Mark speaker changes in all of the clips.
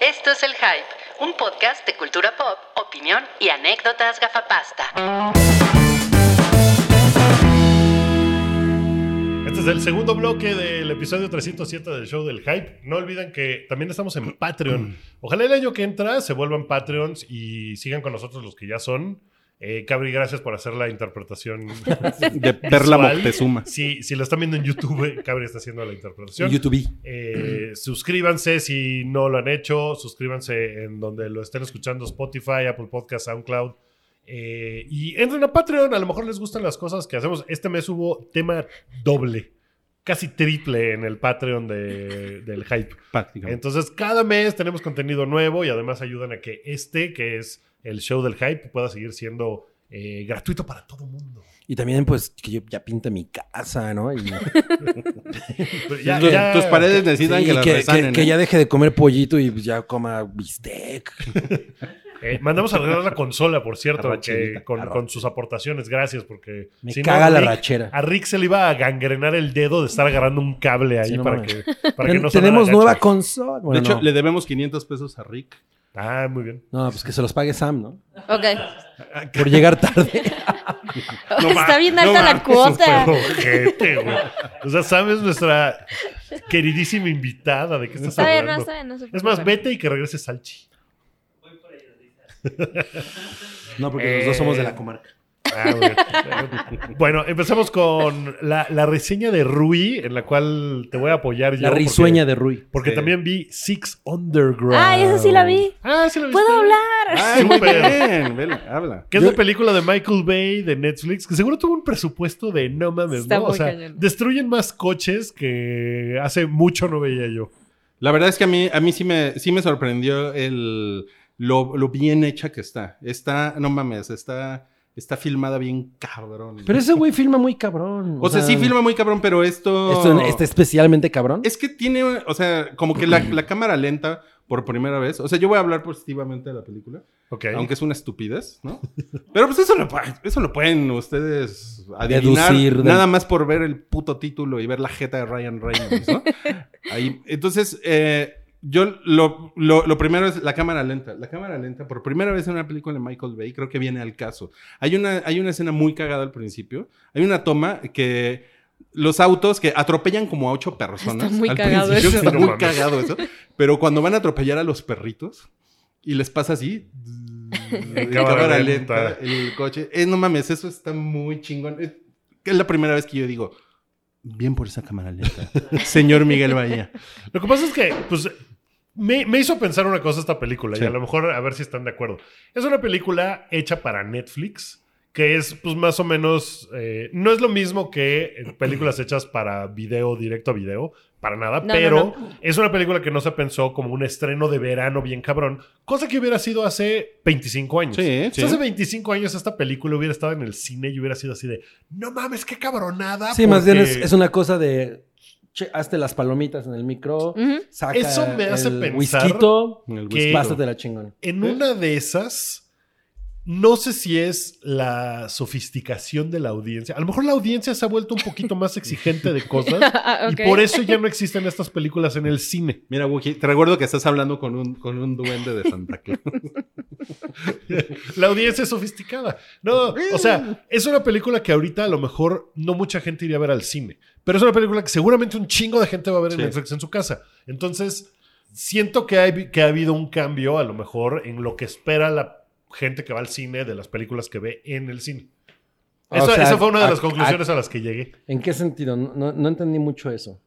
Speaker 1: Esto es El Hype, un podcast de cultura pop, opinión y anécdotas gafapasta.
Speaker 2: Este es el segundo bloque del episodio 307 del show del hype. No olviden que también estamos en Patreon. Ojalá el año que entra se vuelvan Patreons y sigan con nosotros los que ya son. Eh, Cabri, gracias por hacer la interpretación.
Speaker 3: De Perla
Speaker 2: visual.
Speaker 3: Moctezuma.
Speaker 2: Si, si lo están viendo en YouTube, Cabri está haciendo la interpretación.
Speaker 3: YouTube.
Speaker 2: Eh, suscríbanse si no lo han hecho. Suscríbanse en donde lo estén escuchando: Spotify, Apple Podcast, SoundCloud. Eh, y entren a Patreon. A lo mejor les gustan las cosas que hacemos. Este mes hubo tema doble, casi triple en el Patreon de- del Hype.
Speaker 3: Prácticamente.
Speaker 2: Entonces, cada mes tenemos contenido nuevo y además ayudan a que este, que es el show del Hype, pueda seguir siendo eh, gratuito para todo mundo.
Speaker 4: Y también, pues, que yo ya pinte mi casa, ¿no? Y,
Speaker 2: Pero ya-
Speaker 3: Tus-
Speaker 2: ya-
Speaker 3: Tus paredes necesitan
Speaker 4: Sí,
Speaker 3: que las
Speaker 4: que,
Speaker 3: resanen.
Speaker 4: que- que
Speaker 3: ¿eh?
Speaker 4: ya deje de comer pollito y pues, ya coma bistec.
Speaker 2: Eh, mandamos a arreglar la consola, por cierto,
Speaker 3: Arrachelita,
Speaker 2: que con,
Speaker 4: arra-
Speaker 2: con sus aportaciones. Gracias, porque
Speaker 4: Me
Speaker 2: si no, Ah,
Speaker 4: caga la
Speaker 2: Rick-
Speaker 4: rachera.
Speaker 2: A Rick se le iba a gangrenar el dedo de estar agarrando un cable ahí
Speaker 4: Sí, no
Speaker 2: para, que,
Speaker 4: mames.
Speaker 2: para que no sonara
Speaker 4: Tenemos
Speaker 2: gacho.
Speaker 4: nueva consola. Bueno,
Speaker 3: de hecho,
Speaker 4: no.
Speaker 3: le debemos 500 pesos a Rick.
Speaker 2: Ah, muy bien.
Speaker 4: No, pues que se los pague Sam, ¿no?
Speaker 5: Ok.
Speaker 2: Ah,
Speaker 4: Por llegar tarde.
Speaker 5: Está bien alta
Speaker 2: No
Speaker 5: la
Speaker 2: mames,
Speaker 5: cuota.
Speaker 2: súper ojete, güey. O sea, sabes nuestra queridísima invitada de qué estás
Speaker 5: Está bien, no,
Speaker 2: hablando.
Speaker 5: está bien. No se
Speaker 2: es más,
Speaker 5: preocupen.
Speaker 2: vete y que regrese Salchi.
Speaker 4: No, porque los dos somos de la comarca.
Speaker 2: Ah, bueno. bueno, empezamos con la, la reseña de Rui, en la cual te voy a apoyar yo.
Speaker 4: La
Speaker 2: porque-
Speaker 4: risueña de Rui.
Speaker 2: Porque
Speaker 3: Sí.
Speaker 2: también vi Six Underground.
Speaker 5: Ah, esa sí la vi.
Speaker 2: Ah, sí la vi.
Speaker 5: ¡Puedo hablar!
Speaker 3: Ay, muy
Speaker 2: Súper.
Speaker 3: bien. Vele, habla.
Speaker 2: Que es
Speaker 4: Yo-
Speaker 2: la película de Michael Bay de Netflix, que seguro tuvo un presupuesto de no mames,
Speaker 5: Está
Speaker 2: ¿no? O
Speaker 5: muy
Speaker 2: sea,
Speaker 5: cañón.
Speaker 2: destruyen más coches que hace mucho no veía yo.
Speaker 3: La verdad es que a mí, a mí sí, me, sí me sorprendió el, lo, lo bien hecha que está. Está, no mames, está, está filmada bien cabrón.
Speaker 4: Pero ese güey filma muy cabrón.
Speaker 3: o sea, sí filma muy cabrón, pero esto...
Speaker 4: Esto este está especialmente cabrón.
Speaker 3: Es que tiene, o sea, como que la, la cámara lenta por primera vez. O sea, yo voy a hablar positivamente de la película.
Speaker 2: Ok.
Speaker 3: Aunque es una estupidez, ¿no? Pero pues eso lo, pu- eso lo pueden ustedes adivinar.
Speaker 4: Deducir del-
Speaker 3: Nada más por ver el puto título y ver la jeta de Ryan Reynolds, ¿no? Ahí, entonces, eh, yo lo, lo- lo primero es la cámara lenta. La cámara lenta, por primera vez en una película de Michael Bay, creo que viene al caso. Hay una, hay una escena muy cagada al principio. Hay una toma que los autos que atropellan como a ocho personas.
Speaker 5: Está muy
Speaker 3: al
Speaker 5: cagado
Speaker 3: principio,
Speaker 5: eso.
Speaker 3: Está
Speaker 2: No
Speaker 3: muy
Speaker 2: mames.
Speaker 3: cagado eso. Pero cuando van a atropellar a los perritos y les pasa así.
Speaker 2: Cámara
Speaker 3: cámara,
Speaker 2: lenta.
Speaker 3: lenta. El coche. Eh, no mames, eso está muy chingón. Eh, que es la primera vez que yo digo. Bien por esa cámara lenta. Señor Miguel Bahía.
Speaker 2: Lo que pasa es que, pues, me, me hizo pensar una cosa esta película y
Speaker 3: Sí.
Speaker 2: a lo mejor a ver si están de acuerdo. Es una película hecha para Netflix, que es, pues, más o menos, eh, no es lo mismo que eh, películas hechas para video, directo a video, para nada,
Speaker 5: No, no,
Speaker 2: pero es una película que no se pensó como un estreno de verano bien cabrón, cosa que hubiera sido hace 25 años.
Speaker 3: Sí,
Speaker 2: Si
Speaker 3: sí.
Speaker 2: Hace 25 años esta película hubiera estado en el cine y hubiera sido así de, no mames, qué cabronada.
Speaker 4: Sí, más bien es,
Speaker 2: porque
Speaker 4: es una cosa de. Che, hazte las palomitas en el micro.
Speaker 5: Ujú.
Speaker 4: Saca
Speaker 2: Eso me hace
Speaker 4: el
Speaker 2: pensar
Speaker 4: whiskito,
Speaker 3: El
Speaker 2: Que-
Speaker 3: whisky.
Speaker 4: Pásate la chingón.
Speaker 2: En
Speaker 3: ¿Eh?
Speaker 2: una de esas, no sé si es la sofisticación de la audiencia. A lo mejor la audiencia se ha vuelto un poquito más exigente de cosas.
Speaker 5: Ah, ok.
Speaker 2: Y por eso ya no existen estas películas en el cine.
Speaker 3: Mira, Wookie, te recuerdo que estás hablando con un, con un duende de Santa Claus.
Speaker 2: La audiencia es sofisticada. No, o sea, es una película que ahorita a lo mejor no mucha gente iría a ver al cine. Pero es una película que seguramente un chingo de gente va a ver en
Speaker 3: Sí.
Speaker 2: Netflix en su casa. Entonces, siento que, hay, que ha habido un cambio a lo mejor en lo que espera la gente que va al cine de las películas que ve en el cine.
Speaker 4: Ah, O
Speaker 2: Eso-
Speaker 4: sea,
Speaker 2: esa fue una de
Speaker 4: a-
Speaker 2: las conclusiones a, las que llegué.
Speaker 4: ¿En qué sentido? No, no- no entendí mucho eso.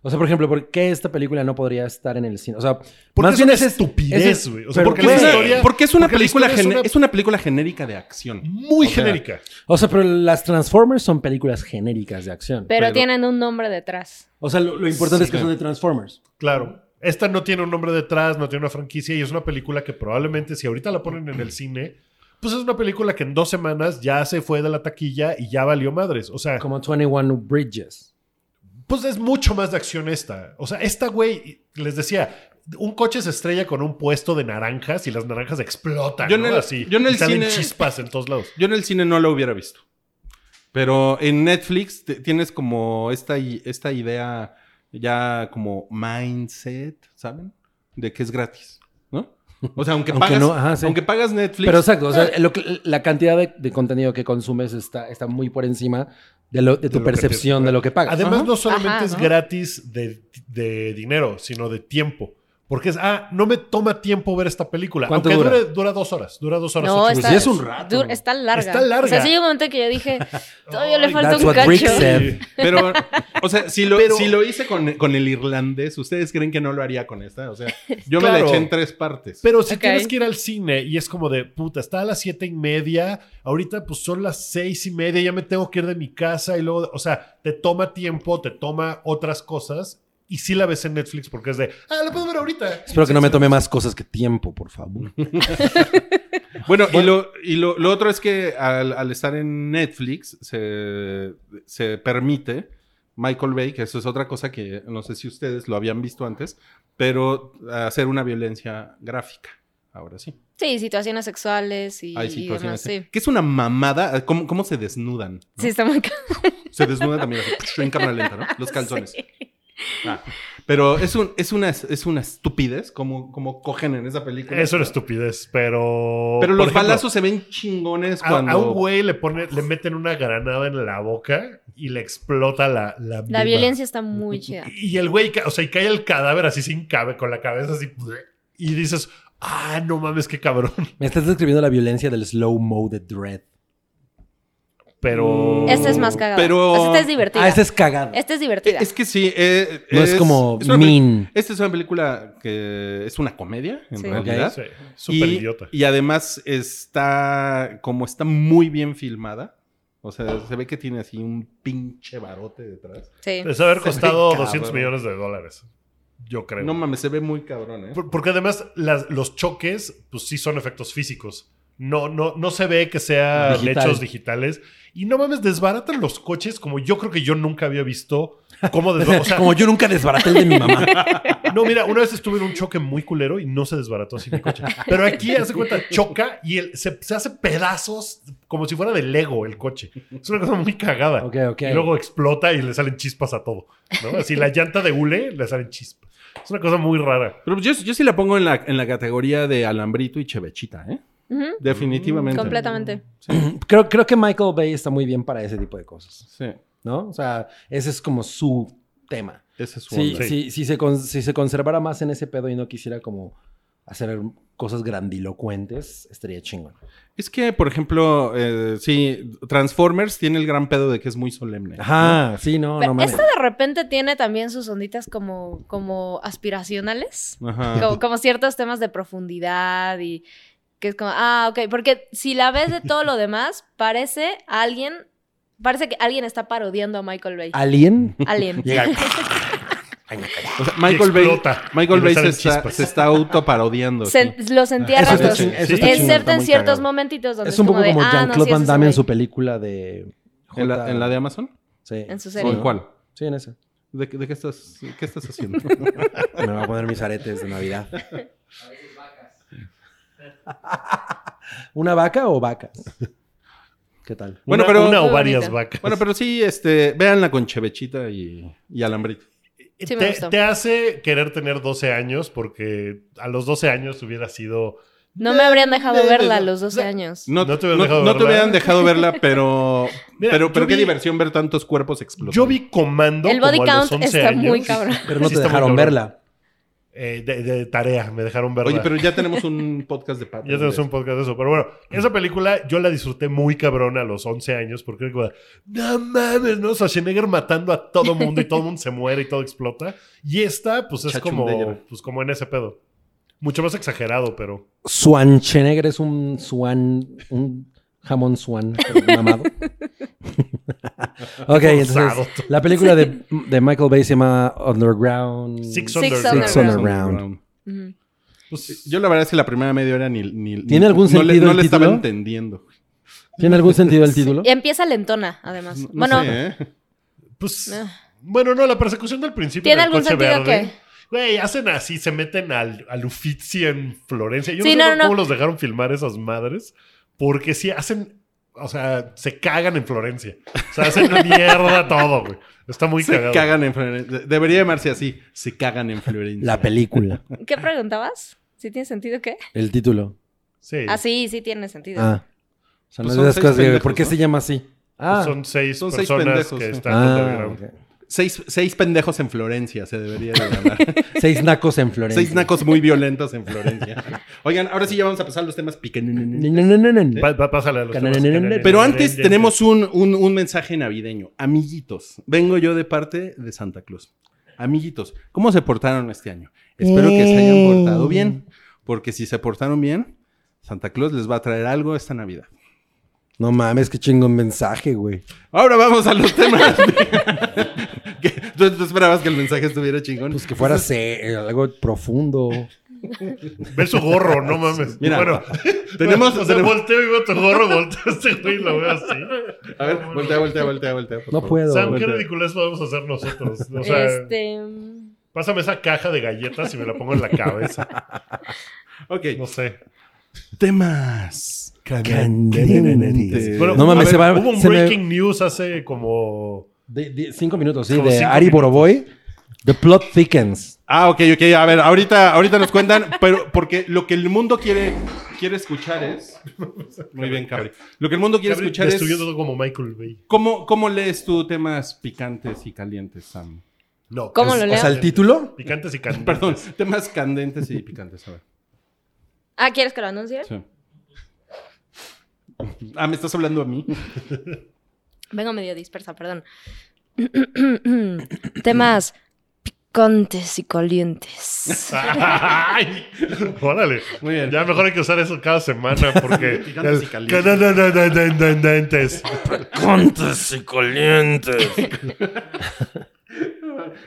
Speaker 4: O sea, por ejemplo, ¿por qué esta película no podría estar en el cine? O sea,
Speaker 2: Porque
Speaker 4: más
Speaker 2: es
Speaker 4: bien
Speaker 2: una
Speaker 4: es
Speaker 2: estupidez,
Speaker 4: ese-
Speaker 2: güey. O sea,
Speaker 4: pero,
Speaker 2: porque la
Speaker 4: güey,
Speaker 2: historia-
Speaker 3: Porque es una,
Speaker 2: porque la
Speaker 3: película,
Speaker 2: historia es
Speaker 3: gene-
Speaker 2: una-
Speaker 3: es una película genérica de acción.
Speaker 2: Muy
Speaker 3: O sea,
Speaker 2: genérica.
Speaker 4: O sea, pero las Transformers son películas genéricas de acción.
Speaker 5: Pero
Speaker 3: Pero-
Speaker 5: tienen un nombre detrás.
Speaker 4: O sea, lo, lo
Speaker 3: Sí,
Speaker 4: importante es que son
Speaker 3: claro.
Speaker 4: de Transformers.
Speaker 2: Claro. Esta no tiene un nombre detrás, no tiene una franquicia y es una película que probablemente si ahorita la ponen en el cine, pues es una película que en dos semanas ya se fue de la taquilla y ya valió madres. O sea,
Speaker 4: Como 21 Bridges.
Speaker 2: pues es mucho más de acción esta. O sea, esta güey, les decía, un coche se estrella con un puesto de naranjas y las naranjas explotan.
Speaker 3: Yo en
Speaker 2: ¿no?
Speaker 3: el-
Speaker 2: Así,
Speaker 3: yo en el
Speaker 2: y salen
Speaker 3: cine-
Speaker 2: chispas en todos lados.
Speaker 3: Yo en el cine no la hubiera visto. Pero en Netflix te- tienes como esta, i- esta idea ya como mindset, ¿saben? De que es gratis. O sea, aunque,
Speaker 4: Aunque
Speaker 3: pagas,
Speaker 4: no, ajá, sí.
Speaker 3: aunque pagas Netflix.
Speaker 4: Pero exacto, o
Speaker 2: Eh.
Speaker 4: sea, lo que- la cantidad de, de contenido que consumes está, está muy por encima de, lo- de tu
Speaker 2: lo que te-
Speaker 4: percepción de lo que pagas.
Speaker 2: Además,
Speaker 4: Ajá.
Speaker 2: no solamente
Speaker 5: Ajá,
Speaker 2: es
Speaker 5: ¿no?
Speaker 2: gratis de, de dinero, sino de tiempo. Porque es, ah, no me toma tiempo ver esta película.
Speaker 4: ¿Cuánto
Speaker 2: Aunque
Speaker 4: dura?
Speaker 2: dure- dura dos horas. Dura dos horas.
Speaker 5: No,
Speaker 2: ocho
Speaker 5: está,
Speaker 2: minutos.
Speaker 3: es un rato.
Speaker 5: dur- está larga.
Speaker 2: Está larga.
Speaker 5: O sea, sí llegó un momento que yo dije, todavía le
Speaker 2: Ay,
Speaker 5: falta
Speaker 4: that's
Speaker 5: un
Speaker 4: what Rick said.
Speaker 5: cacho.
Speaker 4: Sí.
Speaker 3: Pero, o sea, si lo, si lo hice con, con el irlandés, ¿ustedes creen que no lo haría con esta? O sea, yo me
Speaker 2: Claro.
Speaker 3: la eché en tres partes.
Speaker 2: Pero si
Speaker 5: Ok.
Speaker 2: tienes que ir al cine y es como de puta, está a las siete y media, ahorita pues son las seis y media, ya me tengo que ir de mi casa y luego, o sea, te toma tiempo, te toma otras cosas y sí la ves en Netflix porque es de, ah, la puedo ver ahorita.
Speaker 4: Espero que no me tome más cosas que tiempo, por favor.
Speaker 3: Bueno, y, lo, y lo, lo otro es que al, al estar en Netflix se, se permite Michael Bay, que eso es otra cosa que no sé si ustedes lo habían visto antes, pero hacer una violencia gráfica. Ahora sí.
Speaker 5: Sí, situaciones sexuales y,
Speaker 3: Hay
Speaker 5: y
Speaker 3: situaciones.
Speaker 5: demás, sí.
Speaker 3: Que es una mamada. ¿Cómo, cómo se desnudan? no?
Speaker 5: Sí, está muy ca-
Speaker 3: Se desnudan también así, en cámara lenta, ¿no? Los calzones.
Speaker 5: Sí.
Speaker 3: Ah, Pero es, un, es, una, es una estupidez como, como cogen en esa película.
Speaker 2: Es una estupidez, pero...
Speaker 3: Pero
Speaker 2: por
Speaker 3: los
Speaker 2: ejemplo,
Speaker 3: balazos se ven chingones
Speaker 2: A,
Speaker 3: cuando...
Speaker 2: a un güey le, pone, le meten una granada en la boca y le explota la... La,
Speaker 5: La
Speaker 2: misma.
Speaker 5: violencia está muy chida.
Speaker 2: Y el güey, ca- o sea, y cae el cadáver así sin cabe, con la cabeza así... Y dices, ah, no mames, qué cabrón.
Speaker 4: Me estás describiendo la violencia del slow-mo de Dread.
Speaker 2: Pero...
Speaker 5: Esta es más cagada.
Speaker 3: Pero-
Speaker 5: O sea, esta es divertida.
Speaker 4: Ah, esa es cagada.
Speaker 5: Esta es divertida.
Speaker 3: Es que sí. eh,
Speaker 4: No es como
Speaker 3: una peli-
Speaker 4: mean.
Speaker 3: Esta es una película que es una comedia, en
Speaker 5: Sí.
Speaker 3: realidad.
Speaker 2: Sí, súper
Speaker 3: y,
Speaker 2: idiota.
Speaker 3: Y además está, como está muy bien filmada, o sea, se ve que tiene así un pinche barote detrás.
Speaker 5: Sí.
Speaker 2: Les haber
Speaker 3: Se
Speaker 2: costado
Speaker 3: ve cabrón.
Speaker 2: 200 millones de dólares. Yo creo.
Speaker 3: No mames, se ve muy cabrón, ¿eh?
Speaker 2: Por- Porque además las- los choques, pues sí son efectos físicos. No, no, no se ve que sea
Speaker 4: Digital.
Speaker 2: hechos digitales. Y no mames, desbaratan los coches como yo creo que yo nunca había visto. Cómo desba- o sea,
Speaker 4: como yo nunca desbaraté el de mi mamá.
Speaker 2: no, mira, una vez estuve en un choque muy culero y no se desbarató así mi coche. Pero aquí, hace cuenta, choca y el- se, se hace pedazos como si fuera de Lego el coche. Es una cosa muy cagada.
Speaker 4: ok, ok.
Speaker 2: Y luego explota y le salen chispas a todo. ¿no? Así la llanta de hule le salen chispas. Es una cosa muy rara.
Speaker 3: Pero yo, yo sí la pongo en la, en la categoría de alambrito y chevechita, ¿eh?
Speaker 5: Ujú,
Speaker 3: Definitivamente.
Speaker 5: Completamente.
Speaker 4: creo, creo que Michael Bay está muy bien para ese tipo de cosas,
Speaker 3: Sí,
Speaker 4: ¿no? O sea, ese es como su tema.
Speaker 3: esa es su
Speaker 4: Sí,
Speaker 3: onda.
Speaker 2: Sí.
Speaker 4: sí, si, se con- si se conservara más en ese pedo y no quisiera como hacer cosas grandilocuentes, estaría chingón.
Speaker 3: Es que, por ejemplo, eh, sí, Transformers tiene el gran pedo de que es muy solemne.
Speaker 4: Ajá, sí, no,
Speaker 5: Pero
Speaker 4: no mames.
Speaker 5: esta de repente tiene también sus onditas como, como aspiracionales.
Speaker 3: Ajá.
Speaker 5: Como, como ciertos temas de profundidad y que es como, ah, ok, porque si la ves de todo lo demás, parece alguien, parece que alguien está parodiando a Michael Bay.
Speaker 4: Ah, ¿Alien?
Speaker 5: Alien.
Speaker 4: Llega el-
Speaker 3: O sea, Michael Bay,
Speaker 2: explota. Y
Speaker 3: Michael
Speaker 2: le
Speaker 3: Bay se
Speaker 2: salen
Speaker 3: está,
Speaker 2: chispas.
Speaker 3: se está autoparodiando.
Speaker 5: Se-
Speaker 3: sí.
Speaker 5: los entierra
Speaker 4: Ah, Eso está
Speaker 5: a ratos.
Speaker 4: chingón, eso
Speaker 2: está
Speaker 5: Excepto
Speaker 3: chingón, está
Speaker 5: en
Speaker 3: muy
Speaker 5: ciertos
Speaker 3: cagado.
Speaker 5: momentitos donde
Speaker 4: Es un poco
Speaker 5: de,
Speaker 4: como
Speaker 5: ah, no,
Speaker 4: Jean-Claude
Speaker 5: sí,
Speaker 4: Van
Speaker 5: ese
Speaker 4: Damme en
Speaker 5: güey.
Speaker 4: su película de...
Speaker 3: ¿En la,
Speaker 4: J-
Speaker 3: en la de Amazon?
Speaker 4: Sí.
Speaker 5: en su
Speaker 4: Sí,
Speaker 5: serie.
Speaker 3: ¿O en
Speaker 4: ¿no?
Speaker 3: cuál?
Speaker 4: Sí, en esa.
Speaker 3: ¿De, de qué, estás, qué estás haciendo?
Speaker 4: Me voy a poner mis aretes de Navidad. ¿Una vaca o vacas? ¿Qué tal?
Speaker 3: Bueno,
Speaker 2: Una-
Speaker 3: pero-
Speaker 2: Una o
Speaker 5: Muy
Speaker 2: varias
Speaker 5: bonito.
Speaker 2: vacas.
Speaker 3: bueno, pero sí, este, véanla con chevechita y, y alambrito.
Speaker 5: Sí, me
Speaker 2: Eh, te,
Speaker 5: gustó.
Speaker 2: te hace querer tener 12 años porque a los 12 años hubiera sido.
Speaker 5: No me habrían dejado
Speaker 3: Eh,
Speaker 5: verla a
Speaker 3: eh,
Speaker 5: los 12 años.
Speaker 3: No,
Speaker 2: No te hubieran dejado
Speaker 3: no te
Speaker 2: verla.
Speaker 3: hubieran dejado verla, pero,
Speaker 2: Mira,
Speaker 3: pero,
Speaker 2: yo
Speaker 3: pero qué
Speaker 2: vi-
Speaker 3: diversión ver tantos cuerpos explotar.
Speaker 2: Yo vi comando.
Speaker 5: El body
Speaker 2: como a los
Speaker 5: count
Speaker 2: 11
Speaker 5: está muy
Speaker 2: años.
Speaker 5: cabrón.
Speaker 4: Pero no
Speaker 2: Sí
Speaker 4: te
Speaker 2: está muy cabrón.
Speaker 4: dejaron verla.
Speaker 2: Eh, de, de tarea, me dejaron verla.
Speaker 3: Oye, pero ya tenemos un podcast de patas.
Speaker 2: Ya tenemos un podcast de eso. Pero bueno, esa película yo la disfruté muy cabrón a los 11 años porque era como, no mames, ¿no? Schwarzenegger matando a todo mundo y todo mundo se muere y todo explota. Y esta, pues es como,
Speaker 3: Chachundellera.
Speaker 2: pues, como en ese pedo. Mucho más exagerado, pero.
Speaker 4: Schwarzenegger es un swan, un jamón swan mamado. ok,
Speaker 2: Forzado.
Speaker 4: entonces la película de, de Michael Bay se llama Underground.
Speaker 2: Six,
Speaker 5: Six
Speaker 2: Underground.
Speaker 5: Underground.
Speaker 4: Underground.
Speaker 5: Ujú.
Speaker 2: Pues,
Speaker 3: Yo la verdad es que la primera media hora ni... ni-
Speaker 4: ¿Tiene algún
Speaker 3: no le,
Speaker 4: sentido
Speaker 3: no
Speaker 4: el
Speaker 3: le estaba
Speaker 4: título?
Speaker 3: entendiendo.
Speaker 4: ¿Tiene algún sentido el título?
Speaker 5: Y empieza lentona, además.
Speaker 3: No- no
Speaker 5: bueno,
Speaker 3: sé, ¿eh?
Speaker 2: pues,
Speaker 5: Ah.
Speaker 2: bueno, no, la persecución del principio.
Speaker 5: ¿Tiene
Speaker 2: del
Speaker 5: algún
Speaker 2: coche
Speaker 5: sentido
Speaker 2: verde.
Speaker 5: que-
Speaker 2: Güey, hacen así, se meten al, al Uffizi en Florencia. Yo
Speaker 5: Sí,
Speaker 2: no sé
Speaker 5: no, no,
Speaker 2: cómo
Speaker 5: no.
Speaker 2: los dejaron filmar esas madres, porque sí hacen, o sea, se cagan en Florencia. O sea, hacen mierda todo, güey. Está muy
Speaker 3: Se
Speaker 2: cagado.
Speaker 3: cagan en Florencia. Debería llamarse así. Se cagan en Florencia.
Speaker 4: La película.
Speaker 5: ¿qué preguntabas? ¿Sí tiene sentido qué?
Speaker 4: El título.
Speaker 2: Sí.
Speaker 5: Ah, sí, sí tiene sentido.
Speaker 4: Ah. O sea, no
Speaker 3: Pues
Speaker 4: es
Speaker 3: son
Speaker 4: de esas
Speaker 3: seis
Speaker 4: cosas que,
Speaker 3: pendejos,
Speaker 4: ¿Por qué
Speaker 3: ¿no?
Speaker 4: se llama así? Ah,
Speaker 2: Pues son seis
Speaker 3: Son seis
Speaker 2: personas
Speaker 3: pendejos,
Speaker 2: que
Speaker 3: sí.
Speaker 2: están
Speaker 4: ah
Speaker 2: underground.
Speaker 3: Seis, seis pendejos en Florencia, se debería de llamar.
Speaker 4: ok. seis nacos en Florencia.
Speaker 3: seis nacos muy violentos en Florencia. Oigan, ahora sí ya vamos a pasar los temas piquen.
Speaker 4: No, no, no, no, no.
Speaker 2: Pa- pa- pásale a los
Speaker 4: Cananenenen,
Speaker 2: temas. Cananenenen.
Speaker 3: Pero antes tenemos un, un- un mensaje navideño. Amiguitos, vengo yo de parte de Santa Claus. Amiguitos, ¿cómo se portaron este año? Espero que se hayan
Speaker 4: Eh.
Speaker 3: portado bien, porque si se portaron bien, Santa Claus les va a traer algo esta Navidad.
Speaker 4: No mames, qué chingón mensaje, güey.
Speaker 3: Ahora vamos a los temas. ¿Qué? ¿Tú, tú esperabas que el mensaje estuviera chingón?
Speaker 4: Pues que fuera se- eh, algo profundo.
Speaker 2: Ve su gorro, no mames.
Speaker 3: Mira,
Speaker 2: bueno,
Speaker 3: tenemos-
Speaker 2: O sea,
Speaker 3: tenemos-
Speaker 2: volteo y veo tu gorro, volteo a este güey y lo veo así.
Speaker 3: A ver, voltea, voltea, voltea, voltea. por
Speaker 4: No
Speaker 3: favor.
Speaker 4: puedo.
Speaker 2: Sam,
Speaker 4: güey.
Speaker 2: ¿qué
Speaker 3: voltea.
Speaker 2: ridiculez podemos hacer nosotros? O sea,
Speaker 5: este.
Speaker 2: pásame esa caja de galletas y me la pongo en la cabeza.
Speaker 3: Ok.
Speaker 2: No sé.
Speaker 3: Temas.
Speaker 4: candentes.
Speaker 2: Bueno,
Speaker 4: No mames,
Speaker 2: a
Speaker 4: se va-
Speaker 2: Hubo un
Speaker 4: se me-
Speaker 2: breaking news hace como...
Speaker 4: De- de- cinco minutos, sí,
Speaker 2: Como
Speaker 4: de
Speaker 2: cinco
Speaker 4: Ari
Speaker 2: minutos.
Speaker 4: Boroboy. The plot thickens.
Speaker 3: Ah, ok, ok. A ver, ahorita, ahorita nos cuentan, pero porque lo que el mundo quiere, quiere escuchar es. Muy bien, Cabri. Lo que el mundo quiere
Speaker 2: Cabri,
Speaker 3: escuchar es.
Speaker 2: destruyó todo como Michael Bay.
Speaker 3: ¿Cómo, ¿Cómo lees tú temas picantes y calientes, Sam?
Speaker 2: No.
Speaker 5: ¿Cómo
Speaker 2: es-
Speaker 5: lo
Speaker 4: O sea, el título.
Speaker 2: Picantes y candentes.
Speaker 3: Perdón, temas candentes y picantes, a ver.
Speaker 5: Ah, ¿quieres que lo anuncie?
Speaker 3: Sí. Ah, me estás hablando a mí.
Speaker 5: Vengo medio dispersa, perdón. Temas picantes y calientes.
Speaker 2: ¡Ay! Órale.
Speaker 3: Muy bien.
Speaker 2: Ya mejor hay que usar eso cada semana porque.
Speaker 3: Gigantes y
Speaker 2: el-
Speaker 3: calientes.
Speaker 2: Canananananananantes.
Speaker 4: Contes y calientes.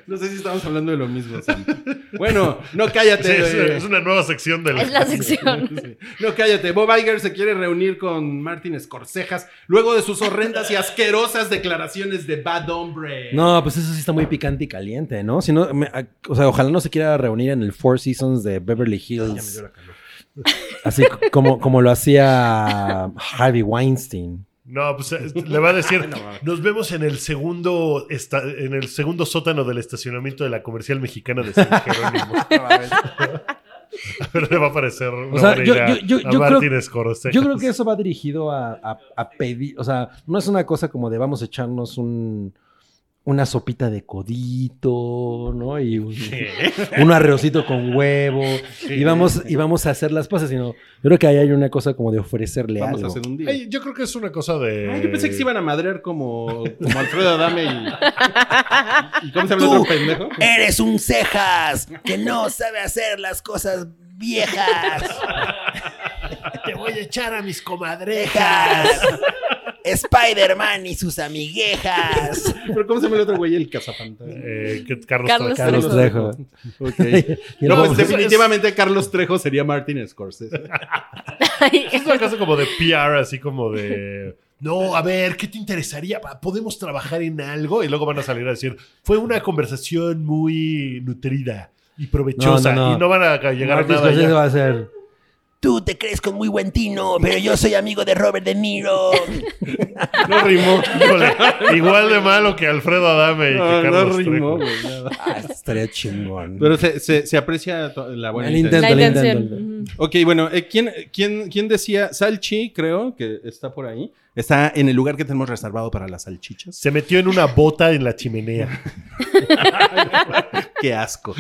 Speaker 3: No sé si estamos hablando de lo mismo, Sam. Bueno, no cállate.
Speaker 2: Sí, es,
Speaker 3: eh.
Speaker 2: es una nueva sección del.
Speaker 5: es la sección.
Speaker 3: Sí. No, cállate. Bob Iger se quiere reunir con Martin Scorsejas luego de sus horrendas y asquerosas declaraciones de Bad Hombre.
Speaker 4: No, pues eso sí está muy picante y caliente, ¿no? Si no, me- a- o sea, ojalá no se quiera reunir en el Four Seasons de Beverly Hills. Así c- como, como lo hacía Harvey Weinstein.
Speaker 2: No, pues eh, le va a decir. Nos vemos en el segundo esta- en el segundo sótano del estacionamiento de la comercial mexicana de San Jerónimo. Pero le va a parecer una
Speaker 4: O sea,
Speaker 2: buena
Speaker 4: yo-
Speaker 2: idea
Speaker 4: yo- yo-
Speaker 2: a
Speaker 4: yo
Speaker 2: Martin
Speaker 4: creo-
Speaker 2: Scorsese.
Speaker 4: Yo creo que eso va dirigido a, a- a pedir, o sea, no es una cosa como de vamos a echarnos un, una sopita de codito, ¿no? Y un, un arreocito con huevo, y vamos, y vamos a hacer las cosas, sino yo creo que ahí hay una cosa como de ofrecerle
Speaker 3: Vamos a
Speaker 4: algo.
Speaker 3: hacer un día.
Speaker 2: Ay, yo creo que es una cosa de.
Speaker 3: Ay, yo pensé que se iban a madrear como, como Alfredo Adame y. ¿Y cómo se habla
Speaker 4: Tú.
Speaker 3: otro pendejo?
Speaker 4: Eres un cejas que no sabe hacer las cosas viejas.
Speaker 2: Te voy a echar a mis
Speaker 4: Dejas. Spider-Man y sus amiguejas.
Speaker 3: Pero ¿cómo se llama el otro güey? El cazafantasma.
Speaker 2: Eh, que Carlos,
Speaker 5: Carlos
Speaker 2: Trejo.
Speaker 4: Carlos Trejo.
Speaker 3: Ok. No,
Speaker 4: No,
Speaker 2: eso
Speaker 3: pues
Speaker 2: es-
Speaker 3: definitivamente Carlos Trejo sería Martin Scorsese.
Speaker 2: Es una cosa como de PR, así como de. No, a ver, ¿qué te interesaría? Ah, ¿Podemos trabajar en algo? Y luego van a salir a decir, fue una conversación muy nutrida y provechosa.
Speaker 4: No, pues, no, no.
Speaker 2: Y no van a llegar
Speaker 4: Martin
Speaker 2: a nada.
Speaker 4: Scorsese
Speaker 2: ya.
Speaker 4: va a ser.
Speaker 6: Tú te crees con muy buen tino, pero yo soy amigo de Robert De Niro.
Speaker 3: No rimó.
Speaker 2: Híjole, igual de malo que Alfredo Adame y
Speaker 3: No,
Speaker 2: que Carlos
Speaker 3: no
Speaker 2: Trejo.
Speaker 3: rimó, güey, nada.
Speaker 4: Ah, estaría chingón.
Speaker 3: Pero se, se, se aprecia to- la buena
Speaker 4: El
Speaker 3: intención.
Speaker 5: La
Speaker 4: Inténtalo,
Speaker 5: intención.
Speaker 3: Ok, bueno, eh, ¿quién, quién, quién decía? Salchi, creo que está por ahí. Está en el lugar que tenemos reservado para las salchichas.
Speaker 2: Se metió en una bota en la chimenea.
Speaker 3: Qué asco.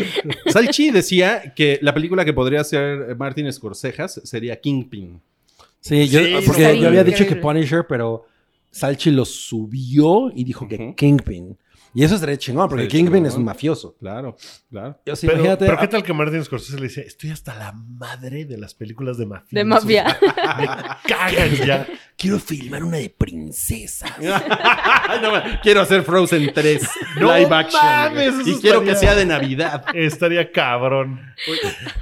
Speaker 3: Salchi decía que la película que podría hacer Martin Scorsejas sería Kingpin.
Speaker 4: sí, yo,
Speaker 2: Sí,
Speaker 4: porque
Speaker 5: sí.
Speaker 4: yo había dicho que
Speaker 5: Increíble.
Speaker 4: Punisher, pero Salchi lo subió y dijo que
Speaker 3: Ujú.
Speaker 4: Kingpin. Y eso estaría chingón, porque
Speaker 3: Estaría
Speaker 4: Kingpin
Speaker 3: chingón.
Speaker 4: es un mafioso.
Speaker 3: Claro, claro.
Speaker 4: O sea,
Speaker 2: Pero,
Speaker 4: imagínate, ah,
Speaker 2: pero ¿qué tal que Martin Scorsese le dice, estoy hasta la madre de las películas de mafia?
Speaker 5: De mafia.
Speaker 2: Me cagan ya.
Speaker 6: Quiero filmar una de princesa.
Speaker 3: No, man, quiero hacer Frozen 3
Speaker 2: No
Speaker 3: live action.
Speaker 2: mames, eso
Speaker 3: güey. y quiero
Speaker 2: estaría-
Speaker 3: que sea de Navidad.
Speaker 2: Estaría cabrón.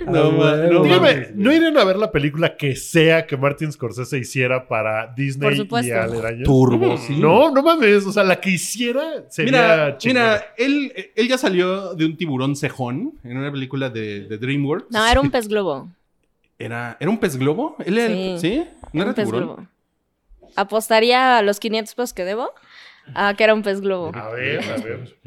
Speaker 3: No,
Speaker 4: Ah,
Speaker 3: man, no
Speaker 4: güey.
Speaker 3: mames.
Speaker 2: Dígame, ¿no irían a ver la película que sea que Martin Scorsese hiciera para Disney
Speaker 5: Por supuesto.
Speaker 2: y Aledaños?
Speaker 4: Turbo, sí.
Speaker 2: No, no mames. O sea, la que hiciera sería
Speaker 3: Mira,
Speaker 2: chingona.
Speaker 3: mira él, él ya salió de un tiburón cejón en una película de, de DreamWorks.
Speaker 5: No, era un pez globo.
Speaker 3: ¿Era, ¿Era un pez globo? ¿Él era el-
Speaker 5: Sí.
Speaker 3: ¿Sí? ¿No
Speaker 5: Era
Speaker 3: era
Speaker 5: un pez
Speaker 3: tiburón?
Speaker 5: globo.
Speaker 3: Ah,
Speaker 5: Apostaría a los 500 pesos que debo a que era un pez globo.
Speaker 2: A ver, a ver.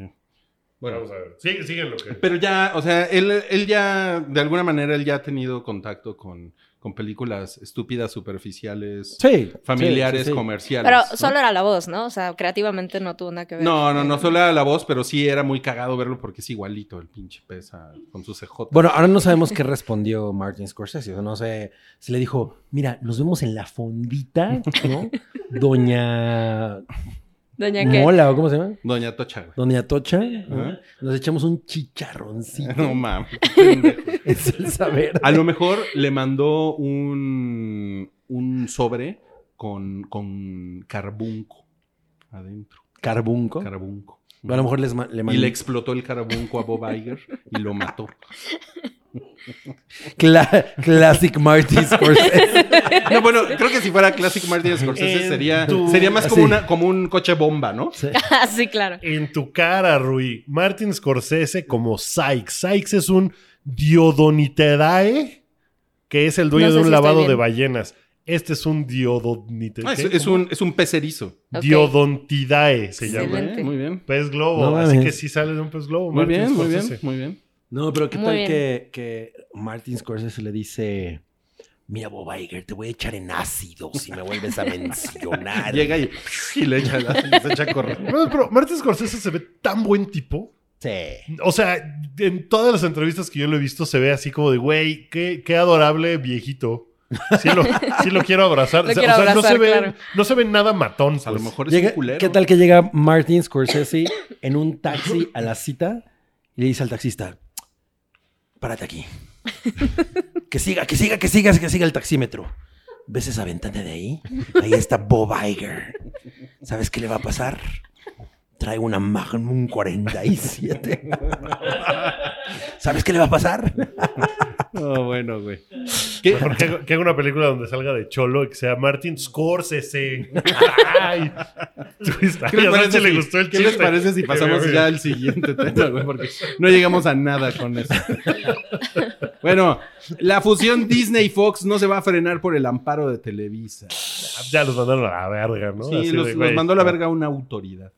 Speaker 3: Bueno,
Speaker 2: Vamos a ver. Sí, siguen lo que.
Speaker 3: pero ya, o sea, él, él ya, de alguna manera, él ya ha tenido contacto con, con películas estúpidas, superficiales,
Speaker 4: Sí.
Speaker 3: familiares,
Speaker 4: sí, sí, sí.
Speaker 3: comerciales.
Speaker 5: Pero
Speaker 3: ¿no?
Speaker 5: solo era la voz, ¿no? O sea, creativamente no tuvo nada que ver.
Speaker 3: No, no, no, solo era la voz, pero sí era muy cagado verlo porque es igualito el pinche pesa con sus CJ.
Speaker 4: Bueno, ahora no sabemos qué respondió Martin Scorsese. O sea, no sé si le dijo, mira, nos vemos en la fondita, ¿no? Doña
Speaker 5: Doña que.
Speaker 4: Mola, ¿o cómo se llama?
Speaker 3: Doña Tocha, güey.
Speaker 4: Doña Tocha.
Speaker 3: Ajá.
Speaker 4: Nos echamos un chicharroncito.
Speaker 3: No mames. pendejo.
Speaker 4: Es el saber.
Speaker 3: A lo mejor le mandó un, un sobre con, con carbunco adentro.
Speaker 4: Carbunco.
Speaker 3: Carbunco.
Speaker 4: a lo mejor les ma- le
Speaker 3: Y
Speaker 4: mandó.
Speaker 3: le explotó el carbunco a Bob Iger y lo mató.
Speaker 4: Cla- classic Martin Scorsese.
Speaker 3: No, bueno, creo que si fuera Classic Martin Scorsese
Speaker 2: En
Speaker 3: sería,
Speaker 2: tu-
Speaker 3: sería más como,
Speaker 4: Sí.
Speaker 3: una, como un coche bomba, ¿no?
Speaker 4: Sí.
Speaker 5: Ah, sí, claro.
Speaker 2: En tu cara, Rui. Martin Scorsese como Sykes. Sykes es un Diodoniterae, que es el dueño
Speaker 5: No sé
Speaker 2: de un
Speaker 5: si estoy
Speaker 2: lavado
Speaker 5: bien.
Speaker 2: de ballenas. Este es un Diodoniterae.
Speaker 3: Ah, es, es un, es un pecerizo.
Speaker 5: Ok.
Speaker 2: Diodontidae se
Speaker 5: Excelente.
Speaker 2: llama.
Speaker 3: Muy bien, Muy bien.
Speaker 2: Pez globo.
Speaker 4: No
Speaker 2: así
Speaker 4: mames.
Speaker 2: que sí sale de un pez globo.
Speaker 3: Muy
Speaker 2: Martin
Speaker 3: bien, muy bien,
Speaker 2: Scorsese.
Speaker 3: muy bien.
Speaker 4: No, pero ¿qué
Speaker 5: Muy
Speaker 4: tal
Speaker 5: bien.
Speaker 4: que, que Martin Scorsese le dice,
Speaker 6: Mira, Bob Iger, te voy a echar en ácido si me vuelves a mencionar.
Speaker 3: Llega y, y le echa, la- se echa a correr. Pues,
Speaker 2: Bueno, pero Martin Scorsese se ve tan buen tipo.
Speaker 4: sí,
Speaker 2: O sea, en todas las entrevistas que yo lo he visto se ve así como de, güey, qué, qué adorable viejito. Sí lo, sí lo quiero abrazar.
Speaker 5: Lo
Speaker 2: o sea,
Speaker 5: quiero
Speaker 2: o sea, no,
Speaker 5: abrazar,
Speaker 2: se ve,
Speaker 5: claro.
Speaker 2: no se ve nada matón.
Speaker 3: A lo
Speaker 2: pues.
Speaker 3: mejor es
Speaker 4: Llega-
Speaker 3: un culero.
Speaker 4: ¿Qué tal que llega Martin Scorsese en un taxi a la cita y le dice al taxista,
Speaker 6: Párate aquí. Que siga, que siga, que siga, que siga el taxímetro. ¿Ves esa ventana de ahí? Ahí está Bob Iger. ¿Sabes qué le va a pasar? Trae una Magnum 47. ¿Sabes qué le va a pasar?
Speaker 3: No, Ah, bueno, güey.
Speaker 2: A lo mejor Que, haga- que haga una película donde salga de cholo y que sea Martin Scorsese. Ay, tú estás-
Speaker 3: ¿Qué les
Speaker 2: ya sabes
Speaker 3: parece
Speaker 2: si le
Speaker 3: si-
Speaker 2: gustó el
Speaker 3: ¿Qué les
Speaker 2: chiste.
Speaker 3: parece si pasamos ya al siguiente tema, güey? Porque no llegamos a nada con eso. Bueno, la fusión Disney-Fox no se va a frenar por el amparo de Televisa.
Speaker 2: Ah, Ya los mandaron a la verga, ¿no?
Speaker 3: sí,
Speaker 2: Así
Speaker 3: los,
Speaker 2: de,
Speaker 3: los
Speaker 2: güey,
Speaker 3: mandó a la verga una autoridad.